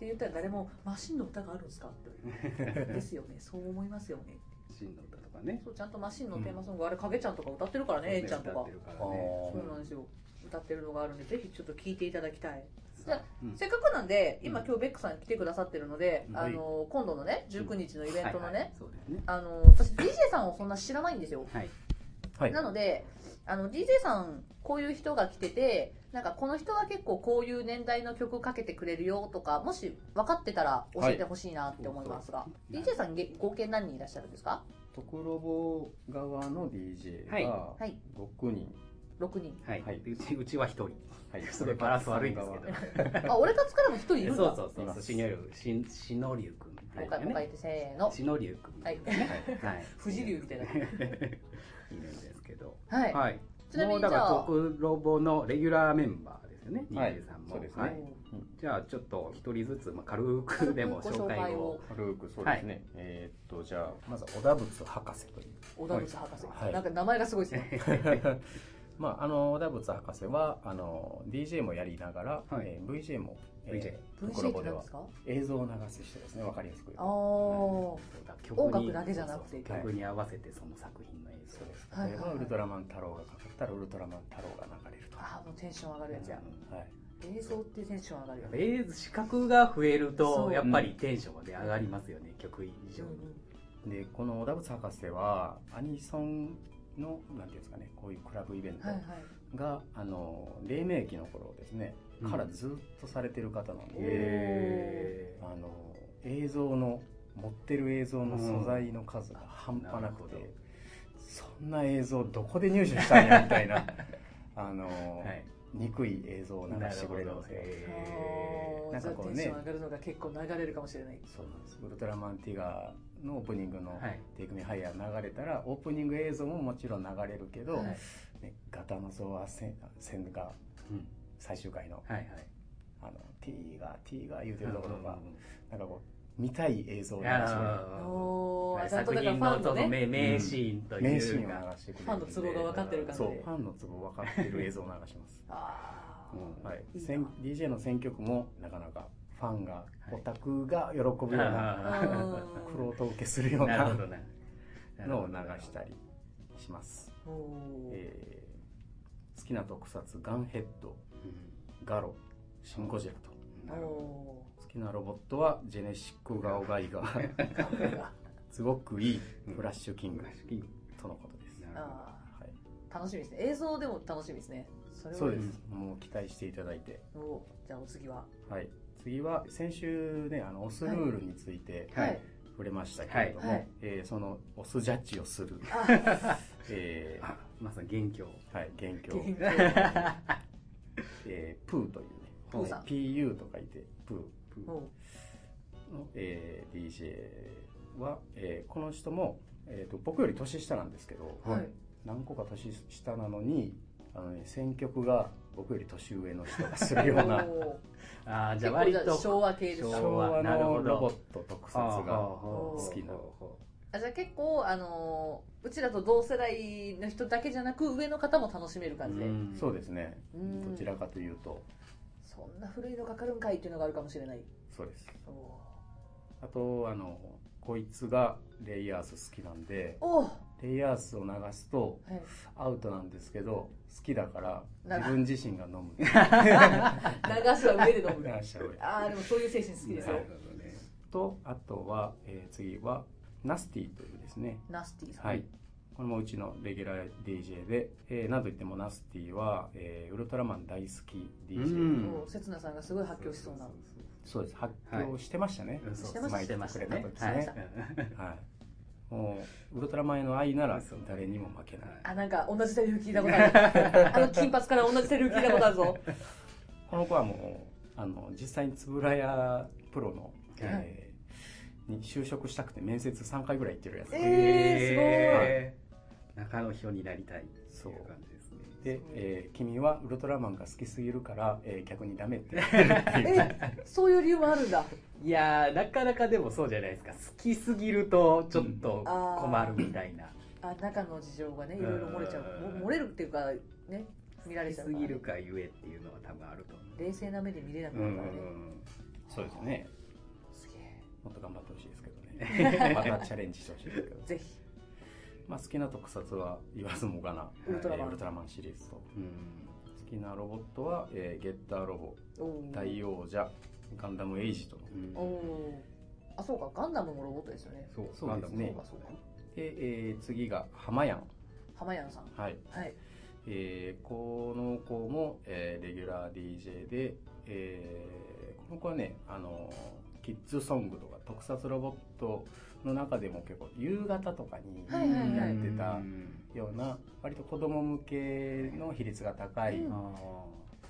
[SPEAKER 1] て言ったら誰も「マシンの歌があるんですか?」って言われてです <laughs> よねそう思いますよね
[SPEAKER 2] 真の歌とかね
[SPEAKER 1] そうちゃんとマシンのテーマソング、あれ影ちゃんとか歌ってるからね A ちゃんと
[SPEAKER 2] 歌っ
[SPEAKER 1] か
[SPEAKER 2] てるから
[SPEAKER 3] あ
[SPEAKER 2] ね
[SPEAKER 3] ー
[SPEAKER 1] そうなんですよ歌ってるのがあるんでぜひちょっと聴いていただきたい
[SPEAKER 2] そううん
[SPEAKER 1] せっかくなんで今
[SPEAKER 2] うん
[SPEAKER 1] 今日ベックさん来てくださってるので、
[SPEAKER 2] うん
[SPEAKER 1] あの今度のね19日のイベントのね、
[SPEAKER 2] はいはいそうですね
[SPEAKER 1] あの私 DJ さんをそんな知らないんですよ
[SPEAKER 2] はい
[SPEAKER 3] はい
[SPEAKER 1] なのであの DJ さんこういう人が来ててなんかこの人は結構こういう年代の曲かけてくれるよとかもし分かってたら教えてほしいなって思いますが、
[SPEAKER 2] い
[SPEAKER 1] DJ さんげ合計何人いらっしゃるんですか
[SPEAKER 3] トクロボ側の DJ
[SPEAKER 2] はい
[SPEAKER 3] が
[SPEAKER 1] はい
[SPEAKER 3] 6人、
[SPEAKER 1] 6人
[SPEAKER 2] はい、
[SPEAKER 3] はいう
[SPEAKER 2] ちうちは一人
[SPEAKER 3] はい
[SPEAKER 2] <laughs> すごいバランス悪いんです
[SPEAKER 3] お客さん側
[SPEAKER 2] け
[SPEAKER 1] あ俺たちからも1人いる
[SPEAKER 2] ど
[SPEAKER 1] んだ
[SPEAKER 2] <laughs> そうそう
[SPEAKER 3] い
[SPEAKER 2] そ
[SPEAKER 3] ま
[SPEAKER 2] う
[SPEAKER 3] す
[SPEAKER 2] しのりゅうししのりゅうくんって
[SPEAKER 1] もう一
[SPEAKER 2] いう
[SPEAKER 1] 回もう一回言
[SPEAKER 2] ね
[SPEAKER 1] ってせーの
[SPEAKER 2] しのりゅうくん
[SPEAKER 1] はい
[SPEAKER 3] はい
[SPEAKER 2] はい
[SPEAKER 1] 藤竜みたいな
[SPEAKER 2] いるんですけど
[SPEAKER 1] はい、
[SPEAKER 2] はい
[SPEAKER 1] ちなみに
[SPEAKER 2] もう
[SPEAKER 1] じゃ
[SPEAKER 2] だ
[SPEAKER 1] あ
[SPEAKER 2] からトクロボのレギュラーメンバーですよね、
[SPEAKER 3] はい
[SPEAKER 2] 23も
[SPEAKER 3] そうですね
[SPEAKER 2] はい
[SPEAKER 3] うん
[SPEAKER 2] じゃあちょっと一人ずつ、まあ、軽くでも
[SPEAKER 1] 軽く
[SPEAKER 2] 紹介を
[SPEAKER 3] 軽くそうですね、えーっとじゃあまず小田仏博士という
[SPEAKER 1] 小田口博士、
[SPEAKER 3] はい
[SPEAKER 1] なんか名前がすごいですね
[SPEAKER 3] <laughs> まああの小田仏博士はあの DJ もやりながら、
[SPEAKER 2] はい
[SPEAKER 3] えー VJ も、え
[SPEAKER 1] VJ
[SPEAKER 3] ト
[SPEAKER 1] っ
[SPEAKER 3] クロボ
[SPEAKER 1] て
[SPEAKER 3] で
[SPEAKER 1] 何
[SPEAKER 3] は
[SPEAKER 1] ですか
[SPEAKER 3] 映像を流す人ですねわかりやすく言う
[SPEAKER 1] あー
[SPEAKER 3] と
[SPEAKER 2] そうだ
[SPEAKER 1] 音楽だけじゃなくて
[SPEAKER 2] そうそう曲に合わせてその作品の映
[SPEAKER 3] そうです
[SPEAKER 1] はい
[SPEAKER 3] 例えば、
[SPEAKER 1] はいはい
[SPEAKER 3] ウルトラマン太郎がかかったらウルトラマン太郎が流れると
[SPEAKER 1] あーもうテンション上がるやつや
[SPEAKER 3] はい
[SPEAKER 1] 映像ってテンション上がるよ
[SPEAKER 2] 像
[SPEAKER 1] ね
[SPEAKER 2] 映像視覚が増える
[SPEAKER 1] そ
[SPEAKER 2] と
[SPEAKER 1] う
[SPEAKER 2] やっぱりテンションが、ね、上がりますよね曲以
[SPEAKER 1] う
[SPEAKER 2] 上
[SPEAKER 1] んう
[SPEAKER 2] に、
[SPEAKER 1] ん
[SPEAKER 3] でこの小田仏博士はアニソンのなんていうんですかねこういうクラブイベント
[SPEAKER 1] はいはい
[SPEAKER 3] が、あの黎明期の頃ですね、
[SPEAKER 2] うん
[SPEAKER 3] からずっとされてる方なんで、
[SPEAKER 2] へー
[SPEAKER 3] あの映像の持ってる映像の素材の数が半端なくて、
[SPEAKER 2] うんなる
[SPEAKER 3] そんな映像どこで入手したんやみた
[SPEAKER 2] <laughs>
[SPEAKER 3] いなあの、
[SPEAKER 2] はい
[SPEAKER 3] 憎い映像を流してくれるんですよ。
[SPEAKER 1] あーじゃあ
[SPEAKER 2] へ
[SPEAKER 3] なんかこ
[SPEAKER 1] テ
[SPEAKER 3] う
[SPEAKER 1] ン
[SPEAKER 3] ね
[SPEAKER 1] ション上がるのが結構流れるかもしれない
[SPEAKER 3] そうなんですウルトラマンティガーのオープニングの
[SPEAKER 2] ーはい
[SPEAKER 3] 「テイクミハイヤー」流れたらオープニング映像ももちろん流れるけど、
[SPEAKER 1] はい
[SPEAKER 3] ね、ガタのゾワセンセンが
[SPEAKER 2] うん
[SPEAKER 3] 最終回の
[SPEAKER 2] はいはい
[SPEAKER 3] 「あの T が T が」言うてるところが
[SPEAKER 2] うんうん
[SPEAKER 3] なんかこう見たい映像を
[SPEAKER 2] うん
[SPEAKER 3] 流してくれる
[SPEAKER 1] おー
[SPEAKER 2] はい
[SPEAKER 1] ちゃんと
[SPEAKER 2] 作
[SPEAKER 1] だから
[SPEAKER 2] 品
[SPEAKER 1] ファ
[SPEAKER 2] の
[SPEAKER 1] ン
[SPEAKER 2] そ
[SPEAKER 1] のね
[SPEAKER 2] の名名シーンというか、
[SPEAKER 3] 名シーンを流してくれる
[SPEAKER 1] ファンの都合が分かってる感じ
[SPEAKER 3] そう
[SPEAKER 1] で
[SPEAKER 3] ファンの都合分かってる映像を流します、
[SPEAKER 1] ああ、
[SPEAKER 2] <laughs> うん
[SPEAKER 3] はい、
[SPEAKER 1] いいな
[SPEAKER 3] 選 DJ の選曲もなかなかファンがオタクが喜ぶよう
[SPEAKER 2] <laughs> はい
[SPEAKER 3] な
[SPEAKER 2] あ
[SPEAKER 3] 苦労と受けするよう
[SPEAKER 2] なるほ
[SPEAKER 3] な
[SPEAKER 2] どね
[SPEAKER 3] のを流したりします、
[SPEAKER 1] おおー
[SPEAKER 3] えー好きな特撮ガンヘッド
[SPEAKER 2] うん
[SPEAKER 3] ガロシン・ゴジラと
[SPEAKER 2] なるほど
[SPEAKER 1] お
[SPEAKER 3] 好きなロボットはジェネシックガオガイ
[SPEAKER 2] <laughs>
[SPEAKER 3] ガー
[SPEAKER 1] ー
[SPEAKER 3] すごくいいフラッシュキング
[SPEAKER 2] キング
[SPEAKER 3] とのことです、
[SPEAKER 2] なるほ
[SPEAKER 1] あ
[SPEAKER 3] はい、
[SPEAKER 1] ー楽しみですね映像でも楽しみですねそれは
[SPEAKER 3] そうです、もう期待していただいて
[SPEAKER 1] おじゃあお次は
[SPEAKER 3] はい、次は先週ねあのオスルールについて
[SPEAKER 2] はい
[SPEAKER 3] 触れましたけれども、
[SPEAKER 1] はい
[SPEAKER 3] えーそのオスジャッジをする、
[SPEAKER 1] あ
[SPEAKER 3] <laughs> え
[SPEAKER 2] あまさに元凶
[SPEAKER 3] ーはい、元凶、
[SPEAKER 1] 元
[SPEAKER 3] えープーというね
[SPEAKER 1] プーさん
[SPEAKER 3] PU と書いてプー
[SPEAKER 1] 気お
[SPEAKER 3] の、えー DJ は、えーこの人も、えーと僕より年下なんですけど、
[SPEAKER 1] はい
[SPEAKER 3] 何個か年下なのにあの、ね、選曲が僕より年上の人がするような
[SPEAKER 1] おー
[SPEAKER 2] <laughs> あーじゃあ割
[SPEAKER 1] 結構じゃあ
[SPEAKER 2] と
[SPEAKER 1] <laughs> 昭和系ですか
[SPEAKER 2] ー
[SPEAKER 3] 昭和
[SPEAKER 2] なる
[SPEAKER 3] の
[SPEAKER 2] ほど
[SPEAKER 3] ロボット特撮が
[SPEAKER 1] 好
[SPEAKER 3] きな
[SPEAKER 1] あじゃあ結構あのーうちらと同世代の人だけじゃなく上の方も楽しめる感じで
[SPEAKER 3] そう
[SPEAKER 2] で
[SPEAKER 3] ですね
[SPEAKER 1] うん
[SPEAKER 3] どちらかというと
[SPEAKER 1] そんな古いのかかるんかいっていうのがあるかもしれない
[SPEAKER 3] そうです
[SPEAKER 1] お
[SPEAKER 3] あとあのこいつがレイヤース好きなんで
[SPEAKER 1] ーおー
[SPEAKER 3] レイヤースを流すと
[SPEAKER 1] はい
[SPEAKER 3] アウトなんですけど好きだから
[SPEAKER 1] な
[SPEAKER 3] 自分自身が飲む流
[SPEAKER 1] 流すは上で飲む
[SPEAKER 3] しちゃう
[SPEAKER 1] ああでもそういう精神好きです
[SPEAKER 2] な
[SPEAKER 1] よ
[SPEAKER 2] るほどね
[SPEAKER 3] とあとは、えー次はナスティというですね
[SPEAKER 1] ナスティさん
[SPEAKER 3] はいこれもうちのレギュラー DJ で、えーなんといってもナスティは、えーウルトラマン大好き DJ、
[SPEAKER 2] うん
[SPEAKER 1] おー刹那さんがすごい発狂しそうな
[SPEAKER 3] そうです発狂してましたね、
[SPEAKER 2] そう
[SPEAKER 1] してました
[SPEAKER 2] してましたね
[SPEAKER 3] してましたねはいもうウルトラマンへの愛なら誰にも負けない
[SPEAKER 1] あなんか同じセリフ聞いたことあるあの金髪から同じセリフ聞いたことあるぞ
[SPEAKER 3] この子はもうあの実際に円谷プロの、えーに就職したくて面接3回ぐらい行ってるやつ、
[SPEAKER 1] えー
[SPEAKER 2] すごい中の人になりたいって
[SPEAKER 3] そ
[SPEAKER 2] いうう感じですね
[SPEAKER 3] で、えー君はウルトラマンが好きすぎるから、えー逆にダメって」
[SPEAKER 1] えそういう理由もあるんだ
[SPEAKER 2] いやーなかなかでもそうじゃないですか好きすぎるとちょっと困るみたいな
[SPEAKER 1] あ中の事情がねいろいろ漏れちゃう
[SPEAKER 2] うん
[SPEAKER 1] も漏れるっていうかね見ら
[SPEAKER 2] 好
[SPEAKER 1] れ
[SPEAKER 2] き
[SPEAKER 1] ちゃう
[SPEAKER 2] す
[SPEAKER 1] から
[SPEAKER 2] ぎるかゆえっていうのは多分あると思
[SPEAKER 1] 冷静な目で見れなく
[SPEAKER 2] う
[SPEAKER 1] な
[SPEAKER 2] う
[SPEAKER 1] るからね、
[SPEAKER 2] ん
[SPEAKER 3] そうですね
[SPEAKER 1] すげえ
[SPEAKER 3] もっと頑張ってほしいですけどね <laughs> またチャレンジしてほしいですけど、
[SPEAKER 1] ぜひ
[SPEAKER 3] まあ、好きな特撮は言わずもがな、
[SPEAKER 1] ウルトラマン
[SPEAKER 3] えーウルトラマンシリーズと好
[SPEAKER 2] うん
[SPEAKER 3] きなロボットは、えーゲッターロボ
[SPEAKER 1] おー
[SPEAKER 3] 大王者ガンダムエイジと
[SPEAKER 2] うん
[SPEAKER 1] おーあそうかガンダムもロボットですよね
[SPEAKER 2] そう
[SPEAKER 3] そうですね
[SPEAKER 1] そうかそうか
[SPEAKER 3] で、えー次がハマヤン
[SPEAKER 1] 浜谷さん
[SPEAKER 3] はい
[SPEAKER 1] はい
[SPEAKER 3] えーこの子も、えーレギュラー DJ で、えーこの子はね、あのーキッズソングとか特撮ロボットの中でも結構夕方とかに
[SPEAKER 1] はいはいはい
[SPEAKER 3] やってたような割と子供向けの比率が高い
[SPEAKER 1] うん
[SPEAKER 2] あ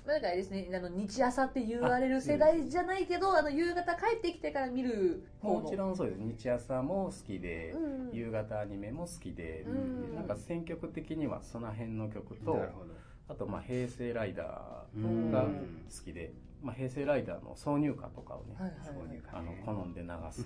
[SPEAKER 1] まあ、なんかあれですね、あの日朝って言われる世代じゃないけど、あの夕方帰ってきてから見る方の。
[SPEAKER 3] もちろんそうです日朝も好きで
[SPEAKER 1] うんうん、
[SPEAKER 3] 夕方アニメも好きで
[SPEAKER 1] うん
[SPEAKER 3] なんか選曲的にはその辺の曲
[SPEAKER 2] ー
[SPEAKER 3] と
[SPEAKER 2] なるほど
[SPEAKER 3] あとまあ平成ライダ
[SPEAKER 2] う
[SPEAKER 3] ー
[SPEAKER 2] ん
[SPEAKER 3] が好きでまあ平成ライダーの挿入歌とかをね
[SPEAKER 1] はいはい
[SPEAKER 2] 挿
[SPEAKER 1] はい
[SPEAKER 2] 入歌
[SPEAKER 3] あの
[SPEAKER 2] ね
[SPEAKER 3] 好んで流
[SPEAKER 1] <laughs>
[SPEAKER 3] す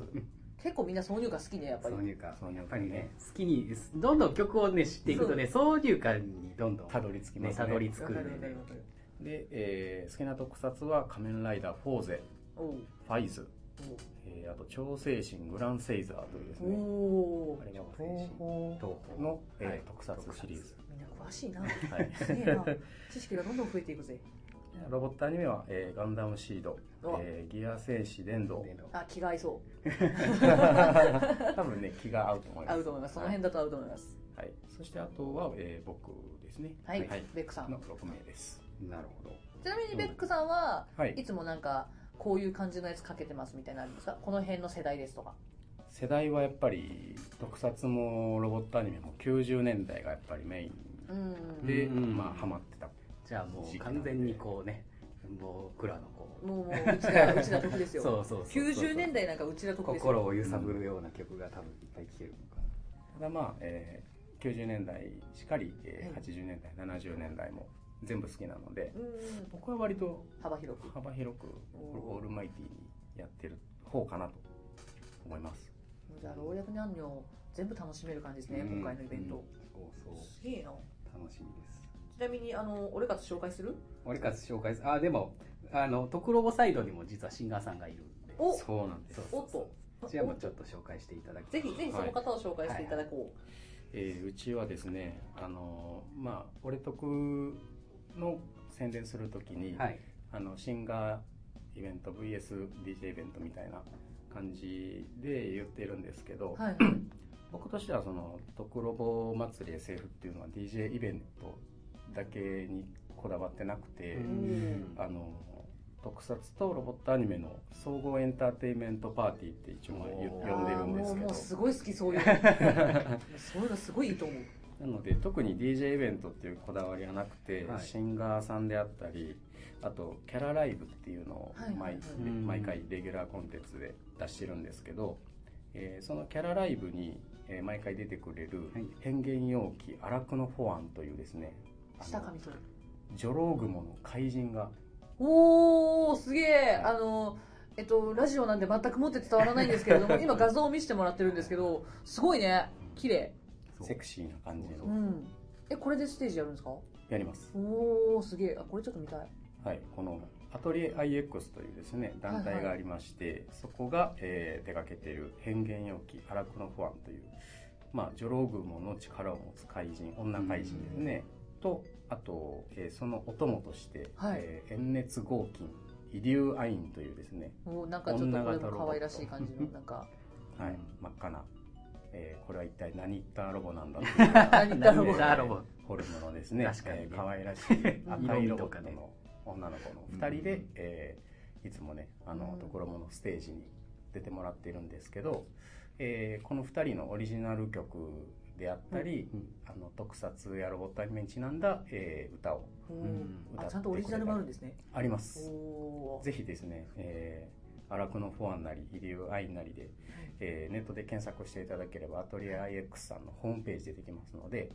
[SPEAKER 1] 結構みんな挿入歌好きね、やっぱり。
[SPEAKER 2] 挿入歌
[SPEAKER 3] 挿入歌ね
[SPEAKER 2] やっぱりね好きにどんどん曲をね知っていくとね挿入歌にどんどん
[SPEAKER 3] たどり着きま
[SPEAKER 2] ね
[SPEAKER 3] すね
[SPEAKER 2] たどり着く
[SPEAKER 1] わか
[SPEAKER 2] ん
[SPEAKER 1] るわか
[SPEAKER 2] でね
[SPEAKER 1] るわかる。
[SPEAKER 3] で、えー好きな特撮は「仮面ライダーフォーゼ」
[SPEAKER 1] おう
[SPEAKER 3] 「ファイズ」えーあと「超精神グランセイザー」というです
[SPEAKER 1] おう
[SPEAKER 3] ね
[SPEAKER 1] お
[SPEAKER 3] あ
[SPEAKER 1] ー
[SPEAKER 3] れが
[SPEAKER 2] 超精
[SPEAKER 3] 東宝
[SPEAKER 2] 東宝
[SPEAKER 3] の、えー
[SPEAKER 2] はい
[SPEAKER 3] 特撮シリーズ、
[SPEAKER 1] みんな詳しいな。
[SPEAKER 3] はい、
[SPEAKER 1] すげえな。知識がどんどん増えていくぜ。
[SPEAKER 3] ロボットアニメは、えーガンダムシード
[SPEAKER 1] お」
[SPEAKER 3] えーギア戦士電動」
[SPEAKER 2] 電動
[SPEAKER 1] あ、気が合いそ。
[SPEAKER 3] 多分ね気が合うと思いうます
[SPEAKER 1] 合うと思います。その辺だと合うと思います。
[SPEAKER 3] はい、そしてあとは、えー僕ですね
[SPEAKER 1] はい、ベックさ
[SPEAKER 3] の
[SPEAKER 1] ん。
[SPEAKER 3] 6名です
[SPEAKER 2] なるほど
[SPEAKER 1] ちなみにベックさんは、
[SPEAKER 3] はい
[SPEAKER 1] いつもなんか、こういう感じのやつかけてますみたいなのあるんですかこの辺の世代ですとか。
[SPEAKER 3] 世代はやっぱり特撮もロボットアニメも90年代がやっぱりメイン
[SPEAKER 1] うん。
[SPEAKER 3] で、
[SPEAKER 2] うん
[SPEAKER 3] まあハマってた
[SPEAKER 2] じゃあもう完全にこうね僕らのこう
[SPEAKER 1] もう、もう、うちら、うちら得です
[SPEAKER 2] そう
[SPEAKER 1] よ。
[SPEAKER 2] そうそうそう
[SPEAKER 1] 90年代なんかうちら得ですよ。
[SPEAKER 2] 心を揺さぶるような曲が多分いっぱい聴けるのかな
[SPEAKER 3] ただまあ、えー90年代しかり、えー
[SPEAKER 1] はい
[SPEAKER 3] 80年代70年代も全部好きなので
[SPEAKER 1] うん。
[SPEAKER 3] 僕は割と
[SPEAKER 1] 幅広く。
[SPEAKER 3] 幅広くオールマイティにやってる方かなと思います
[SPEAKER 1] じゃあ老若男女全部楽しめる感じですね、
[SPEAKER 2] うん
[SPEAKER 1] 今回のイベント、
[SPEAKER 2] そうそう
[SPEAKER 1] すげえな
[SPEAKER 2] 楽しみです
[SPEAKER 1] ちなみにあの俺が紹介する
[SPEAKER 2] 俺から紹介すあでもあのトクロボサイドにも実はシンガーさんがいるんで
[SPEAKER 1] お
[SPEAKER 3] そうなんです
[SPEAKER 2] そう
[SPEAKER 1] お
[SPEAKER 2] そう
[SPEAKER 1] っと
[SPEAKER 2] そうこちらもちょっと紹介していただき
[SPEAKER 1] ぜひぜひその方を紹介していただこ
[SPEAKER 3] えーうちはですねあのーまあ俺得の宣伝するときに、
[SPEAKER 2] はい
[SPEAKER 3] あのシンガーイベント VSDJ イベントみたいな感じで言ってるんですけど、
[SPEAKER 1] うはいはい
[SPEAKER 3] 僕としてはその「トクロボ祭り SF」っていうのは DJ イベントだけにこだわってなくて、
[SPEAKER 1] ん
[SPEAKER 3] あの特撮とロボットアニメの総合エンターテインメントパーティーって一応言
[SPEAKER 2] お
[SPEAKER 1] あ
[SPEAKER 2] ー
[SPEAKER 3] 呼んでる
[SPEAKER 1] ー
[SPEAKER 3] んで
[SPEAKER 1] もう
[SPEAKER 3] すけ
[SPEAKER 1] もう
[SPEAKER 3] ど
[SPEAKER 1] すごい好きそういうのそういうのすごいいいと思う
[SPEAKER 3] なので特に DJ イベントっていうこだわりはなくて、
[SPEAKER 2] はい
[SPEAKER 3] シンガーさんであったりあとキャラライブっていうのを
[SPEAKER 1] はいはい
[SPEAKER 3] 毎,、
[SPEAKER 1] はい
[SPEAKER 3] 毎回レギュラーコンテンツで出してるんですけど、えーそのキャラライブに、えー毎回出てくれる
[SPEAKER 2] はい
[SPEAKER 3] 変幻容器荒くのフォアンというですね
[SPEAKER 1] 下髪取る
[SPEAKER 3] ジョロウグモの怪人が
[SPEAKER 1] おおすげえあのえっとラジオなんで全く持って伝わらないんですけれども今画像を見せてもらってるんですけどすごいね綺麗
[SPEAKER 2] そう
[SPEAKER 3] セクシーな感じ
[SPEAKER 2] そう
[SPEAKER 3] の
[SPEAKER 1] んえこれでステージやるんですか
[SPEAKER 3] やります、
[SPEAKER 1] おおすげえあこれちょっと見たい
[SPEAKER 3] はい、このアトリエ IX というですね団体がありまして、そこが、えー手掛けている変幻容器荒くのファンという、まあ、ジョロウグモの力を持つ怪人女怪人ですね、とあと、えーそのお供として、
[SPEAKER 1] はい
[SPEAKER 3] えー炎熱合金イリューアインというですね、
[SPEAKER 1] おなんかちょっとこれも可愛らしい感じ
[SPEAKER 2] <laughs>
[SPEAKER 1] のなんか
[SPEAKER 3] はい
[SPEAKER 2] うん
[SPEAKER 3] 真っ赤な、えーこれは一体何言ったロボなんだというような
[SPEAKER 1] 何だろう
[SPEAKER 2] ダーロボ
[SPEAKER 3] ホルモンのですね
[SPEAKER 2] 確かにね
[SPEAKER 3] えー可愛らしい
[SPEAKER 2] <laughs>
[SPEAKER 3] 赤いロボット
[SPEAKER 2] うん
[SPEAKER 3] の女の子の2人で、
[SPEAKER 2] うん
[SPEAKER 3] えーいつもねあの
[SPEAKER 1] うん
[SPEAKER 3] ところものステージに出てもらっているんですけど、えーこの2人のオリジナル曲であったり、
[SPEAKER 2] うん
[SPEAKER 3] あの特撮やロボットアニメにちなんだ、えー歌を
[SPEAKER 1] おー
[SPEAKER 2] うん
[SPEAKER 1] あちゃんとオリジナルもあるんですね
[SPEAKER 3] ありま
[SPEAKER 1] お
[SPEAKER 3] す。
[SPEAKER 1] おー
[SPEAKER 3] ぜひですね、えー、アラクノフォアンなり、イリューアインなりで、えーネットで検索していただければ、アトリエ IX さんのホームページでできますので、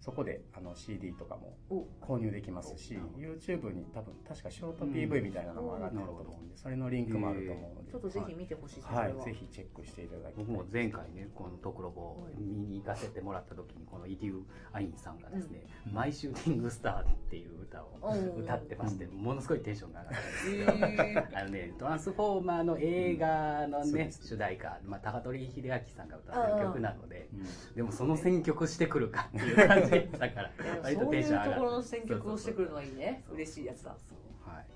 [SPEAKER 3] そこであの CD とかも
[SPEAKER 1] お
[SPEAKER 3] 購入できますし
[SPEAKER 2] なるほ、ど
[SPEAKER 3] YouTube に多分、確かショート
[SPEAKER 2] うん
[SPEAKER 3] PV みたいなのも上がってると思うんで、それのリンクもあると思うので、
[SPEAKER 1] ちょっとぜひ見てほしいです
[SPEAKER 3] はい、
[SPEAKER 1] こ
[SPEAKER 3] はい
[SPEAKER 1] れ
[SPEAKER 3] ぜ
[SPEAKER 1] は
[SPEAKER 3] ひチェックしていただきたい
[SPEAKER 2] 僕も前回ねこのトクロボを見に行かせてもらった時にこのイデュー・アインさんがですね「
[SPEAKER 3] うん
[SPEAKER 2] マイ・シューティング・スター」っていう歌を
[SPEAKER 1] おー
[SPEAKER 2] 歌ってましてものすごいテンションが上がって
[SPEAKER 1] えー
[SPEAKER 2] あのね、トランスフォーマーの映画の
[SPEAKER 3] うんそう
[SPEAKER 2] ね
[SPEAKER 3] で、す
[SPEAKER 2] 主題歌、まあ、高取秀明さんが歌ってる曲なので、
[SPEAKER 3] うん
[SPEAKER 2] でもその選曲してくるかっていう感じ
[SPEAKER 1] <laughs>
[SPEAKER 2] だから、 <laughs> 割と
[SPEAKER 1] そう
[SPEAKER 2] テ
[SPEAKER 1] い
[SPEAKER 2] ン
[SPEAKER 1] う
[SPEAKER 2] ション上
[SPEAKER 1] と
[SPEAKER 2] がる。
[SPEAKER 1] ころの選曲をしてくるのはいいね
[SPEAKER 2] そうそうそう
[SPEAKER 1] 嬉しいやつだ
[SPEAKER 2] そうはい。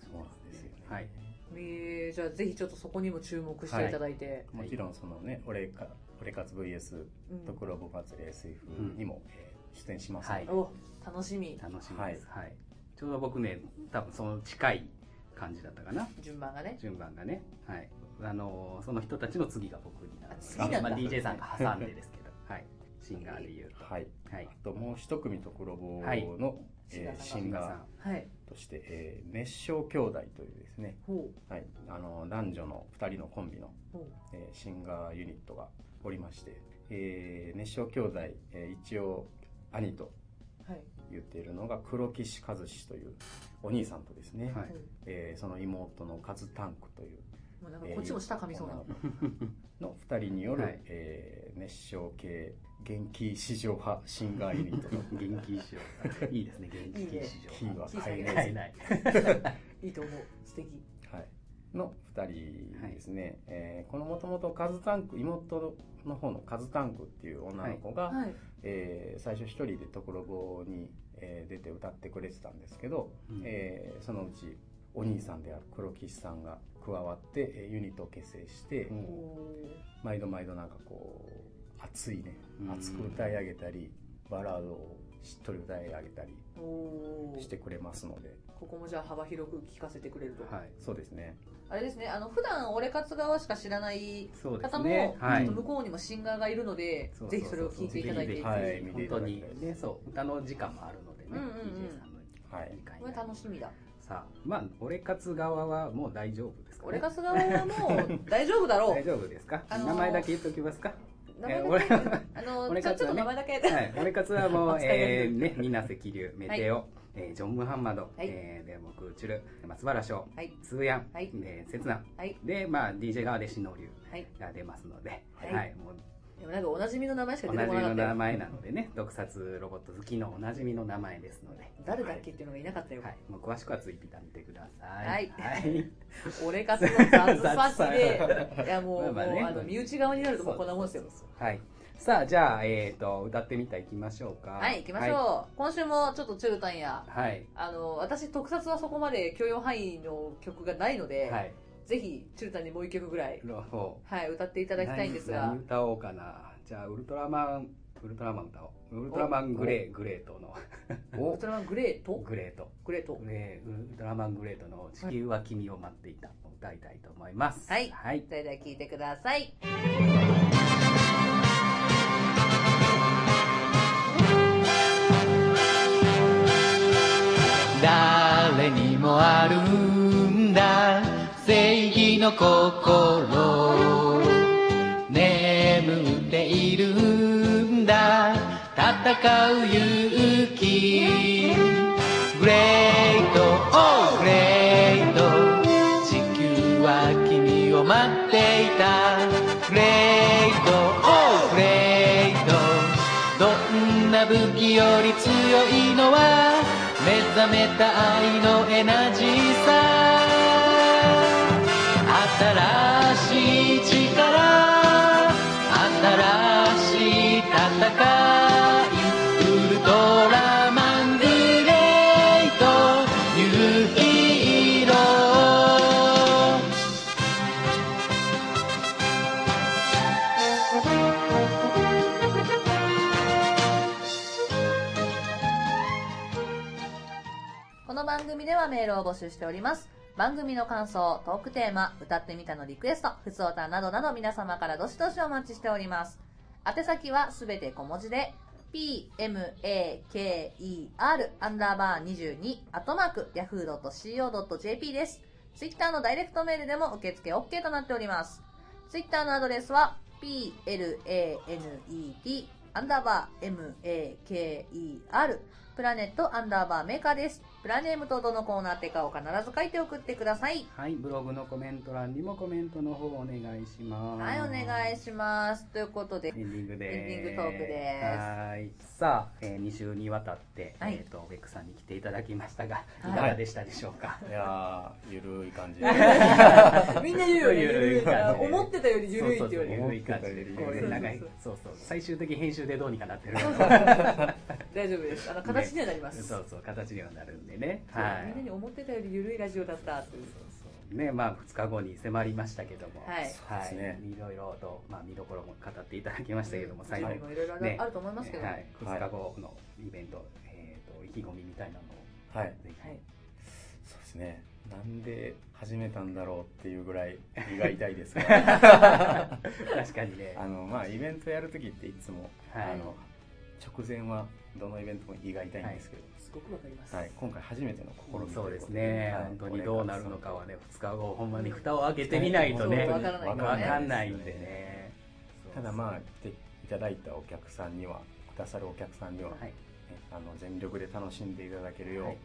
[SPEAKER 3] そうなんですよね。
[SPEAKER 2] はい。
[SPEAKER 1] えーじゃあぜひちょっとそこにも注目していただいて
[SPEAKER 3] もちろん、そのね、俺か、俺活 VS、
[SPEAKER 1] うん
[SPEAKER 3] ドクロボ祭り SF にも、えー出演しますので、
[SPEAKER 2] はい
[SPEAKER 1] お楽しみ
[SPEAKER 2] 楽しみです。はい。ちょうど僕ね、多分その近い感じだったかな
[SPEAKER 4] 順番がね
[SPEAKER 2] 順番がねはいあのーその人たちの次が僕になる
[SPEAKER 4] あ次なんだ
[SPEAKER 2] まあ、DJ さんが挟んでですけどはいシンガーで言う
[SPEAKER 3] はい
[SPEAKER 2] とはい
[SPEAKER 3] あともう一組と黒棒の、
[SPEAKER 2] はい
[SPEAKER 3] えー
[SPEAKER 4] シ
[SPEAKER 3] シ
[SPEAKER 4] ン
[SPEAKER 3] ン
[SPEAKER 2] ガー
[SPEAKER 3] ガ
[SPEAKER 2] さ
[SPEAKER 3] ー
[SPEAKER 2] ん
[SPEAKER 1] はい
[SPEAKER 3] として、えー、熱唱兄弟というですね、
[SPEAKER 1] ほ
[SPEAKER 3] はい、あの男女の2人のコンビの、
[SPEAKER 1] うほ
[SPEAKER 3] えーシンガーユニットがおりまして、えー熱唱兄弟、えー一応兄と
[SPEAKER 4] はい
[SPEAKER 3] 言っているのが黒岸和志というお兄さんとですね、
[SPEAKER 2] はい
[SPEAKER 3] えーその妹のカズタンクという
[SPEAKER 1] うもうなんかこっちも舌噛みそうな
[SPEAKER 3] 女の子 <laughs> の2人による、
[SPEAKER 2] はい
[SPEAKER 3] えー熱唱系元気至上派シンガーユニットの
[SPEAKER 2] 元気市場いいですね元気市場
[SPEAKER 3] キーは
[SPEAKER 4] 小さい
[SPEAKER 3] 変え
[SPEAKER 4] ね
[SPEAKER 3] ない
[SPEAKER 2] 変えない
[SPEAKER 4] いいと思う素敵
[SPEAKER 3] はい、の2人ですね、えーこのもともとカズタンク妹の方のカズタンクっていう女の子が、
[SPEAKER 1] はい
[SPEAKER 3] えー最初一人で「ところぼ」に、えー出て歌ってくれてたんですけど、
[SPEAKER 2] うん
[SPEAKER 3] えーそのうちお兄さんである黒岸さんが加わって、えーユニットを結成して、
[SPEAKER 2] うん
[SPEAKER 3] 毎度毎度なんかこう熱いね
[SPEAKER 2] うん
[SPEAKER 3] 熱く歌い上げたりバラードをしっとり歌い上げたり
[SPEAKER 1] おお
[SPEAKER 3] してくれますので
[SPEAKER 1] ここもじゃあ幅広く聞かせてくれると、
[SPEAKER 2] はい
[SPEAKER 3] そうですね
[SPEAKER 1] あれですねあの普段俺活側しか知らない
[SPEAKER 2] そうです
[SPEAKER 1] 方も、
[SPEAKER 2] ねはい
[SPEAKER 1] ちょっと向こうにもシンガーがいるので
[SPEAKER 2] そうそうそ
[SPEAKER 1] ぜ
[SPEAKER 2] う
[SPEAKER 1] ひそれを聞いていただいて
[SPEAKER 2] ぜひぜひ
[SPEAKER 3] はい
[SPEAKER 1] ぜひ
[SPEAKER 3] 見て
[SPEAKER 2] 本
[SPEAKER 3] いた
[SPEAKER 2] 当
[SPEAKER 3] だき
[SPEAKER 2] に
[SPEAKER 3] たい
[SPEAKER 2] ね
[SPEAKER 3] です
[SPEAKER 2] そう歌の時間もあるのでね、
[SPEAKER 1] うんうんうん
[SPEAKER 2] DJ さんの
[SPEAKER 3] はい
[SPEAKER 2] 時間
[SPEAKER 1] これ楽しみだ
[SPEAKER 2] さあまあ俺活側はもう大丈夫ですか、ね、
[SPEAKER 1] 俺活側はもう大丈夫だろ
[SPEAKER 2] <laughs> 大
[SPEAKER 1] う
[SPEAKER 2] 丈夫ですか、
[SPEAKER 1] あのー
[SPEAKER 2] 名前だけ言っときますか
[SPEAKER 1] 名前だ
[SPEAKER 2] 俺
[SPEAKER 1] けあの
[SPEAKER 2] 俺
[SPEAKER 1] ちょ
[SPEAKER 2] 活
[SPEAKER 1] ちょっと
[SPEAKER 2] はね
[SPEAKER 1] 名前だけ、、
[SPEAKER 2] はい、俺活はもう
[SPEAKER 1] <laughs> 扱いが
[SPEAKER 2] え
[SPEAKER 1] ひどい
[SPEAKER 2] ー、ね、水瀬桐生、メテオ、えージョン・ムハンマド、
[SPEAKER 1] い
[SPEAKER 2] えー、デモク・チュル、松原翔、
[SPEAKER 1] はい
[SPEAKER 2] スーヤン、
[SPEAKER 1] はい
[SPEAKER 2] えー、セツナ、
[SPEAKER 1] はい
[SPEAKER 2] で、まあ、DJ 側でシノリュ
[SPEAKER 1] はい
[SPEAKER 2] ウが出ますので、はいい、もう、
[SPEAKER 1] でもなんかおなじみの名前しか
[SPEAKER 2] お
[SPEAKER 1] 出て
[SPEAKER 2] なじ
[SPEAKER 1] こ
[SPEAKER 2] み
[SPEAKER 1] なか
[SPEAKER 2] の
[SPEAKER 1] った
[SPEAKER 2] 名
[SPEAKER 1] よ
[SPEAKER 2] 前なのでね、特撮ロボット好きのおなじみの名前ですので、
[SPEAKER 1] 誰だっけっていうのがいなかったよ、
[SPEAKER 2] はい、もう詳しくはツイピタ見てください。
[SPEAKER 1] はい <laughs>
[SPEAKER 2] はい。
[SPEAKER 1] 俺活の雑さ
[SPEAKER 2] <laughs> 雑
[SPEAKER 1] でいやもう,、
[SPEAKER 2] まあまあね
[SPEAKER 1] もうあの身内側になるともうこんなもんですよ
[SPEAKER 2] はい。さあ、じゃあ、えっ、と、歌ってみたいきましょうか。
[SPEAKER 1] はい行きましょう、今週もちょっとチュルタンや
[SPEAKER 2] はい。
[SPEAKER 1] あの私特撮はそこまで許容範囲の曲がないの
[SPEAKER 2] は
[SPEAKER 1] で、
[SPEAKER 2] い。はい。
[SPEAKER 1] ぜひチュルタンにもう一曲ぐらい、
[SPEAKER 2] ロフ
[SPEAKER 1] はい、歌っていた
[SPEAKER 2] い
[SPEAKER 1] だきたいんですが
[SPEAKER 2] 何歌おうかな。じゃあ、ウルトラマン、ウルトラマン歌おう。ウルトラマングレー、グレートの、
[SPEAKER 1] ウ
[SPEAKER 3] お
[SPEAKER 1] ルトラマングレート
[SPEAKER 2] グレート。
[SPEAKER 1] グレート
[SPEAKER 2] グレー、ウルトラマングレートの地球は君を待っていた。歌いたいと思います。
[SPEAKER 1] はい
[SPEAKER 2] はい。
[SPEAKER 1] それでは聴いてください
[SPEAKER 5] 誰にもあるんだ正義の心眠っているんだ戦う勇気グレートオーグレート地球は君を待っていたグレートオーグレートどんな武器より強いのは目覚めた愛のエナジーさ新しい力新しい戦いウルトラマングレートニューヒーロー
[SPEAKER 1] この番組ではメールを募集しております番組の感想トークテーマ歌ってみたのリクエストふつおたなどなど皆様からどしどしお待ちしております宛先はすべて小文字で pmaker アンダーバー22アットマーク yahoo.co.jp ですツイッターのダイレクトメールでも受付 OK となっておりますツイッターのアドレスは planet アンダーバー maker プラネットアンダーバーメーカーです。プラネームとどのコーナーってかを必ず書いて送ってください。
[SPEAKER 2] はい、ブログのコメント欄にもコメントの方お願いします。
[SPEAKER 1] はい、お願いします。ということで
[SPEAKER 2] <laughs> エ、ンディングで
[SPEAKER 1] エンディングトークです
[SPEAKER 2] はい。さあ、えー、2週にわたって、
[SPEAKER 1] はい
[SPEAKER 2] えっ、と、ベックさんに来ていただきましたが、い
[SPEAKER 1] はい
[SPEAKER 2] かがでしたでしょう
[SPEAKER 1] <laughs>
[SPEAKER 2] か。
[SPEAKER 3] いやーゆるい
[SPEAKER 2] <laughs>
[SPEAKER 3] 感じで
[SPEAKER 1] みんな言うよね、
[SPEAKER 2] ゆ
[SPEAKER 1] ゆ
[SPEAKER 2] るい
[SPEAKER 1] るいから。
[SPEAKER 2] ゆるい
[SPEAKER 1] 思ってたよりゆるいって言われる。
[SPEAKER 2] 緩い感じで
[SPEAKER 3] 思って
[SPEAKER 1] たより
[SPEAKER 2] 長いそうそう最終的編集でどうにかなってる
[SPEAKER 1] 大丈夫です。あの、形にはなります。
[SPEAKER 2] そうそう形にはなるんでね
[SPEAKER 1] そう
[SPEAKER 2] は
[SPEAKER 1] みんないに思ってたよりゆるいラジオだったっていう。
[SPEAKER 2] ねまあ2日後に迫りましたけども
[SPEAKER 1] はい
[SPEAKER 3] そうですね
[SPEAKER 2] いろいろと、まあ、見どころも語っていただきましたけども
[SPEAKER 1] 準
[SPEAKER 2] 最後
[SPEAKER 1] 備もいろいろ
[SPEAKER 2] ね
[SPEAKER 1] あると思いますけど。
[SPEAKER 2] は
[SPEAKER 1] はい
[SPEAKER 2] い、2日後のイベント、えー、と意気込みみたいなのを <laughs>
[SPEAKER 3] はい
[SPEAKER 2] ぜひ、
[SPEAKER 1] はい
[SPEAKER 3] そうですねなんで始めたんだろうっていうぐらい胃が痛いです
[SPEAKER 2] <laughs>
[SPEAKER 3] が
[SPEAKER 2] 確かにね
[SPEAKER 3] あのまあイベントやる時っていつも、
[SPEAKER 2] はい
[SPEAKER 3] あの直前はどのイベントも胃が痛いんですけど、
[SPEAKER 4] すごくわかります。
[SPEAKER 3] はい今回初めての試み
[SPEAKER 2] そうですね、
[SPEAKER 3] はい
[SPEAKER 2] 本当にどうなるのかはね2日後ほんまに蓋を開け
[SPEAKER 3] して
[SPEAKER 2] みないとね
[SPEAKER 1] そうわ
[SPEAKER 2] 分
[SPEAKER 1] からない
[SPEAKER 2] か
[SPEAKER 1] ね
[SPEAKER 2] んないんでね
[SPEAKER 3] ただまあ来ていただいたお客さんにはくださるお客さんには、
[SPEAKER 2] はい
[SPEAKER 3] ねあの全力で楽しんでいただけるよう、
[SPEAKER 2] はい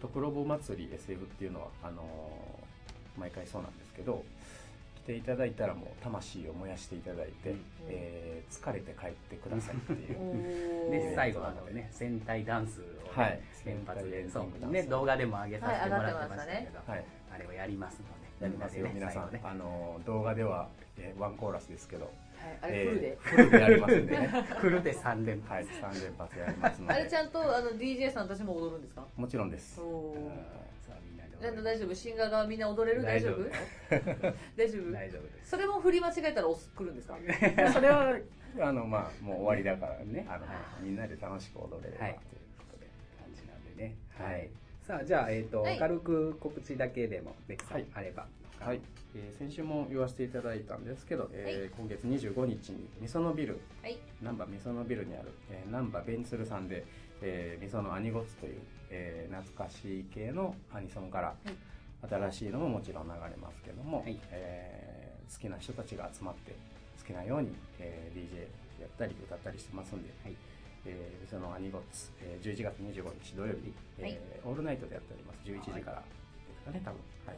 [SPEAKER 3] ところぼ祭り SF っていうのはあのー毎回そうなんですけど来ていただいたらもう魂を燃やしていただいて、
[SPEAKER 2] うん
[SPEAKER 3] えー疲れて帰ってくださいってい
[SPEAKER 2] <laughs>
[SPEAKER 3] う
[SPEAKER 4] うん。お
[SPEAKER 2] で
[SPEAKER 4] ー
[SPEAKER 2] 最後あのね戦隊ダンスを
[SPEAKER 3] は
[SPEAKER 2] ね
[SPEAKER 3] い
[SPEAKER 2] 連発で
[SPEAKER 3] 戦隊
[SPEAKER 2] そう
[SPEAKER 3] ダン
[SPEAKER 2] ね
[SPEAKER 3] ス
[SPEAKER 2] 動画でも上げさせてもらってましたけど
[SPEAKER 3] はい
[SPEAKER 2] あれをやりますので
[SPEAKER 3] やりますよ
[SPEAKER 2] ね
[SPEAKER 3] 皆さん、
[SPEAKER 2] 最後ね
[SPEAKER 3] あのー動画では、えーワンコーラスですけど
[SPEAKER 4] はい、あれフルで
[SPEAKER 3] え。ーフルでやりますんで
[SPEAKER 2] <laughs>
[SPEAKER 3] ね
[SPEAKER 2] フルで3連
[SPEAKER 3] はい
[SPEAKER 2] 発
[SPEAKER 3] 3連発やりますの
[SPEAKER 1] あれち
[SPEAKER 3] で
[SPEAKER 1] ゃんとあの DJ さんたちも踊るんですか
[SPEAKER 3] もちろんです
[SPEAKER 4] お
[SPEAKER 2] うん
[SPEAKER 4] ー
[SPEAKER 2] さあみんなで
[SPEAKER 1] ちゃんと
[SPEAKER 2] 踊り
[SPEAKER 1] 大丈夫シンガー側みんな踊れる大丈夫 <laughs> 大丈夫
[SPEAKER 2] 大丈夫です
[SPEAKER 1] それも振り間違えたら押す来るんですか
[SPEAKER 3] それはあのまあもう終わりだからね
[SPEAKER 2] ね
[SPEAKER 3] あの、
[SPEAKER 2] はい
[SPEAKER 3] みんなで楽しく踊れればと
[SPEAKER 2] はいいう
[SPEAKER 3] ことで、
[SPEAKER 2] 感じなんでね
[SPEAKER 3] は
[SPEAKER 2] はいい、さあじゃあ、えーと
[SPEAKER 1] はい
[SPEAKER 2] 軽く告知だけでもベックさん
[SPEAKER 3] はい
[SPEAKER 2] あれば
[SPEAKER 3] はい、えー先週も言わせていただいたんですけど、えー今月25日にみそのビル
[SPEAKER 1] はい
[SPEAKER 3] 難波みそのビルにある、えー、難波ベンツルさんで、えー、みそのアニゴツという、えー懐かしい系のアニソンから、新しいのももちろん流れますけども、
[SPEAKER 2] はい
[SPEAKER 3] えー好きな人たちが集まって好きなように、えー DJ やったり歌ったりしてますんで、
[SPEAKER 2] はい
[SPEAKER 3] えーみそのアニゴツ、えー11月25日土曜日、
[SPEAKER 1] はい
[SPEAKER 3] えーオールナイトでやっております11時からですかね多分はい、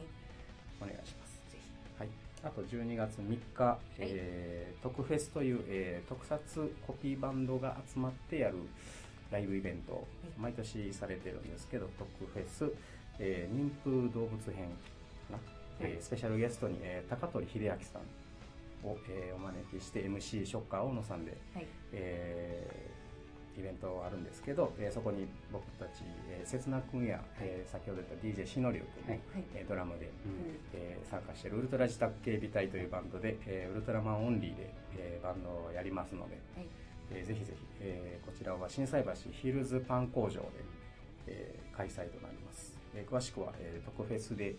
[SPEAKER 3] お願いします
[SPEAKER 4] ぜひ
[SPEAKER 3] はい、あと12月3日、えー、特フェスという、えー特撮コピーバンドが集まってやるライブイベントを毎年されてるんですけど特フェス、えー、妊婦動物編かな、えースペシャルゲストに、えー高取秀明さんを、えーお招きして MC ショッカー大野さんで、
[SPEAKER 1] はい
[SPEAKER 3] えーイベントがあるんですけど、えーそこに僕たち、えー、刹那君や、えー先ほど言った DJ しのりゅう君も、
[SPEAKER 2] はい
[SPEAKER 3] えードラムで
[SPEAKER 2] うん
[SPEAKER 3] えー参加しているウルトラ自宅警備隊というバンドで、えーウルトラマンオンリーで、えーバンドをやりますので、えーぜひぜひ、えーこちらは心斎橋ヒルズパン工場で、えー開催となります、えー詳しくは、えー、特フェスで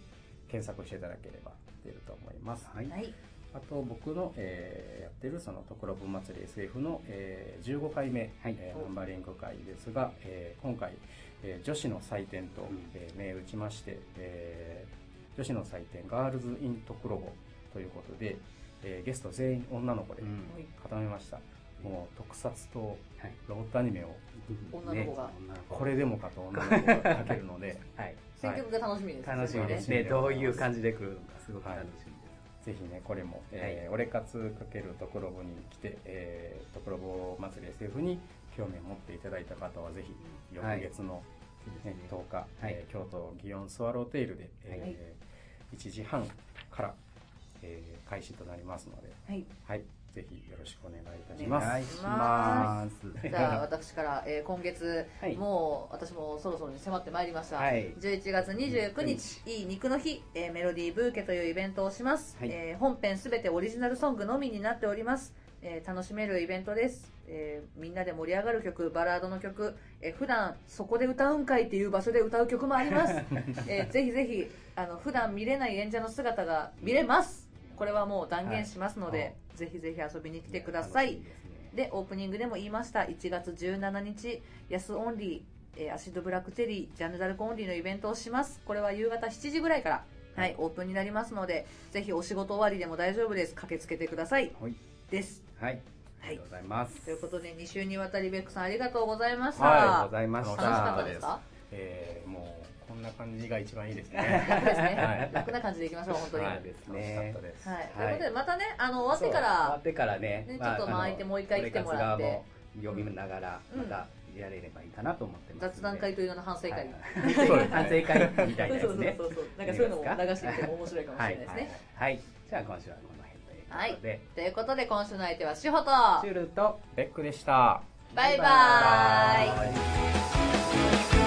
[SPEAKER 3] 検索していただければ出ると思います、
[SPEAKER 2] はい
[SPEAKER 1] はい
[SPEAKER 3] あと僕の、えーやってるその「ところぶ祭り SF の」えー15回目、
[SPEAKER 2] はい
[SPEAKER 3] えーナンバリング会ですが、えー今回、えー女子の祭典と、
[SPEAKER 2] うん
[SPEAKER 3] えー銘打ちまして、えー女子の祭典ガールズ・イン・トクロボということで、えーゲスト全員女の子で
[SPEAKER 2] うん
[SPEAKER 4] はい
[SPEAKER 3] 固めました、もう特撮と
[SPEAKER 2] はい
[SPEAKER 3] ロボットアニメを
[SPEAKER 4] 女の子が
[SPEAKER 2] ね女の子
[SPEAKER 3] これでもかと女の子がかける
[SPEAKER 2] <laughs>
[SPEAKER 3] ので、
[SPEAKER 2] はい
[SPEAKER 1] 選曲が楽しみです、
[SPEAKER 2] 楽しみです
[SPEAKER 3] は
[SPEAKER 2] ね
[SPEAKER 3] い
[SPEAKER 2] どういう感じで来るのかすごく楽しみです、
[SPEAKER 3] ぜひねこれも、えー俺活かけるところぼに来て、えー、ところぼ祭り SF に興味を持っていただいた方はぜひ翌
[SPEAKER 2] はい
[SPEAKER 3] 月の、ね
[SPEAKER 2] そうですね
[SPEAKER 3] 10日、えー京都祇園スワローテイルで、えー1時半から、えー開始となりますので、
[SPEAKER 4] はい
[SPEAKER 3] はい、ぜひよろしくお願いいたし
[SPEAKER 2] お
[SPEAKER 3] ます。
[SPEAKER 2] 願いします
[SPEAKER 1] じゃ
[SPEAKER 2] <laughs>
[SPEAKER 1] あ私から、えー今月、
[SPEAKER 2] はい
[SPEAKER 1] もう私もそろそろに迫ってまいりました、
[SPEAKER 2] はい
[SPEAKER 1] 11月29日、いい肉の日、えーメロディーブーケというイベントをします、
[SPEAKER 2] はい
[SPEAKER 1] えー本編すべてオリジナルソングのみになっております、えー楽しめるイベントです、えーみんなで盛り上がる曲バラードの曲、えー普段そこで歌うんかいっていう場所で歌う曲もあり
[SPEAKER 2] <laughs>
[SPEAKER 1] ます、えーぜひぜひあの普段見れない演者の姿が見れますこれはもう断言しますので、
[SPEAKER 2] はい
[SPEAKER 1] ぜひぜひ遊びに来てください
[SPEAKER 2] や楽しみですね
[SPEAKER 1] でオープニングでも言いました1月17日ヤスオンリー、えーアシッドブラックチェリージャンヌ・ダルクオンリーのイベントをしますこれは夕方7時ぐらいからはい、オープンになりますのでぜひお仕事終わりでも大丈夫です駆けつけてください
[SPEAKER 2] はい
[SPEAKER 1] です
[SPEAKER 2] はいありがとうございます、
[SPEAKER 1] ということで2週にわたりベックさんありがとうございました、
[SPEAKER 2] はいございました
[SPEAKER 1] 楽しかったですか
[SPEAKER 3] えーもうこんな感じが一番いい <laughs> ですね。
[SPEAKER 1] 楽ですね、
[SPEAKER 3] はい
[SPEAKER 1] 楽な感じでいきましょう本当に、は
[SPEAKER 2] はいいです
[SPEAKER 3] 楽しかっ
[SPEAKER 2] ね
[SPEAKER 3] たです。
[SPEAKER 1] ということでまたねあの終わってから
[SPEAKER 2] そう終わってからね
[SPEAKER 1] ねちょっと間空いてもう一回来てもらって
[SPEAKER 2] あの俺活側も読みながら
[SPEAKER 1] うん
[SPEAKER 2] またやれればいいかなと思ってますんで
[SPEAKER 1] 雑談会という名の反省会、
[SPEAKER 2] はい
[SPEAKER 3] そうですね
[SPEAKER 2] 反省会みたいなや
[SPEAKER 1] そうそ
[SPEAKER 2] つ
[SPEAKER 1] う
[SPEAKER 2] ね
[SPEAKER 1] そうそうなんかそういうのも流してみても面白いかもしれないですね、
[SPEAKER 2] はいじゃあ今週はこの辺ということで、
[SPEAKER 1] ということで今週の相手は志保と
[SPEAKER 2] チュルと
[SPEAKER 3] ベックでした。
[SPEAKER 1] バイバーイ
[SPEAKER 2] イ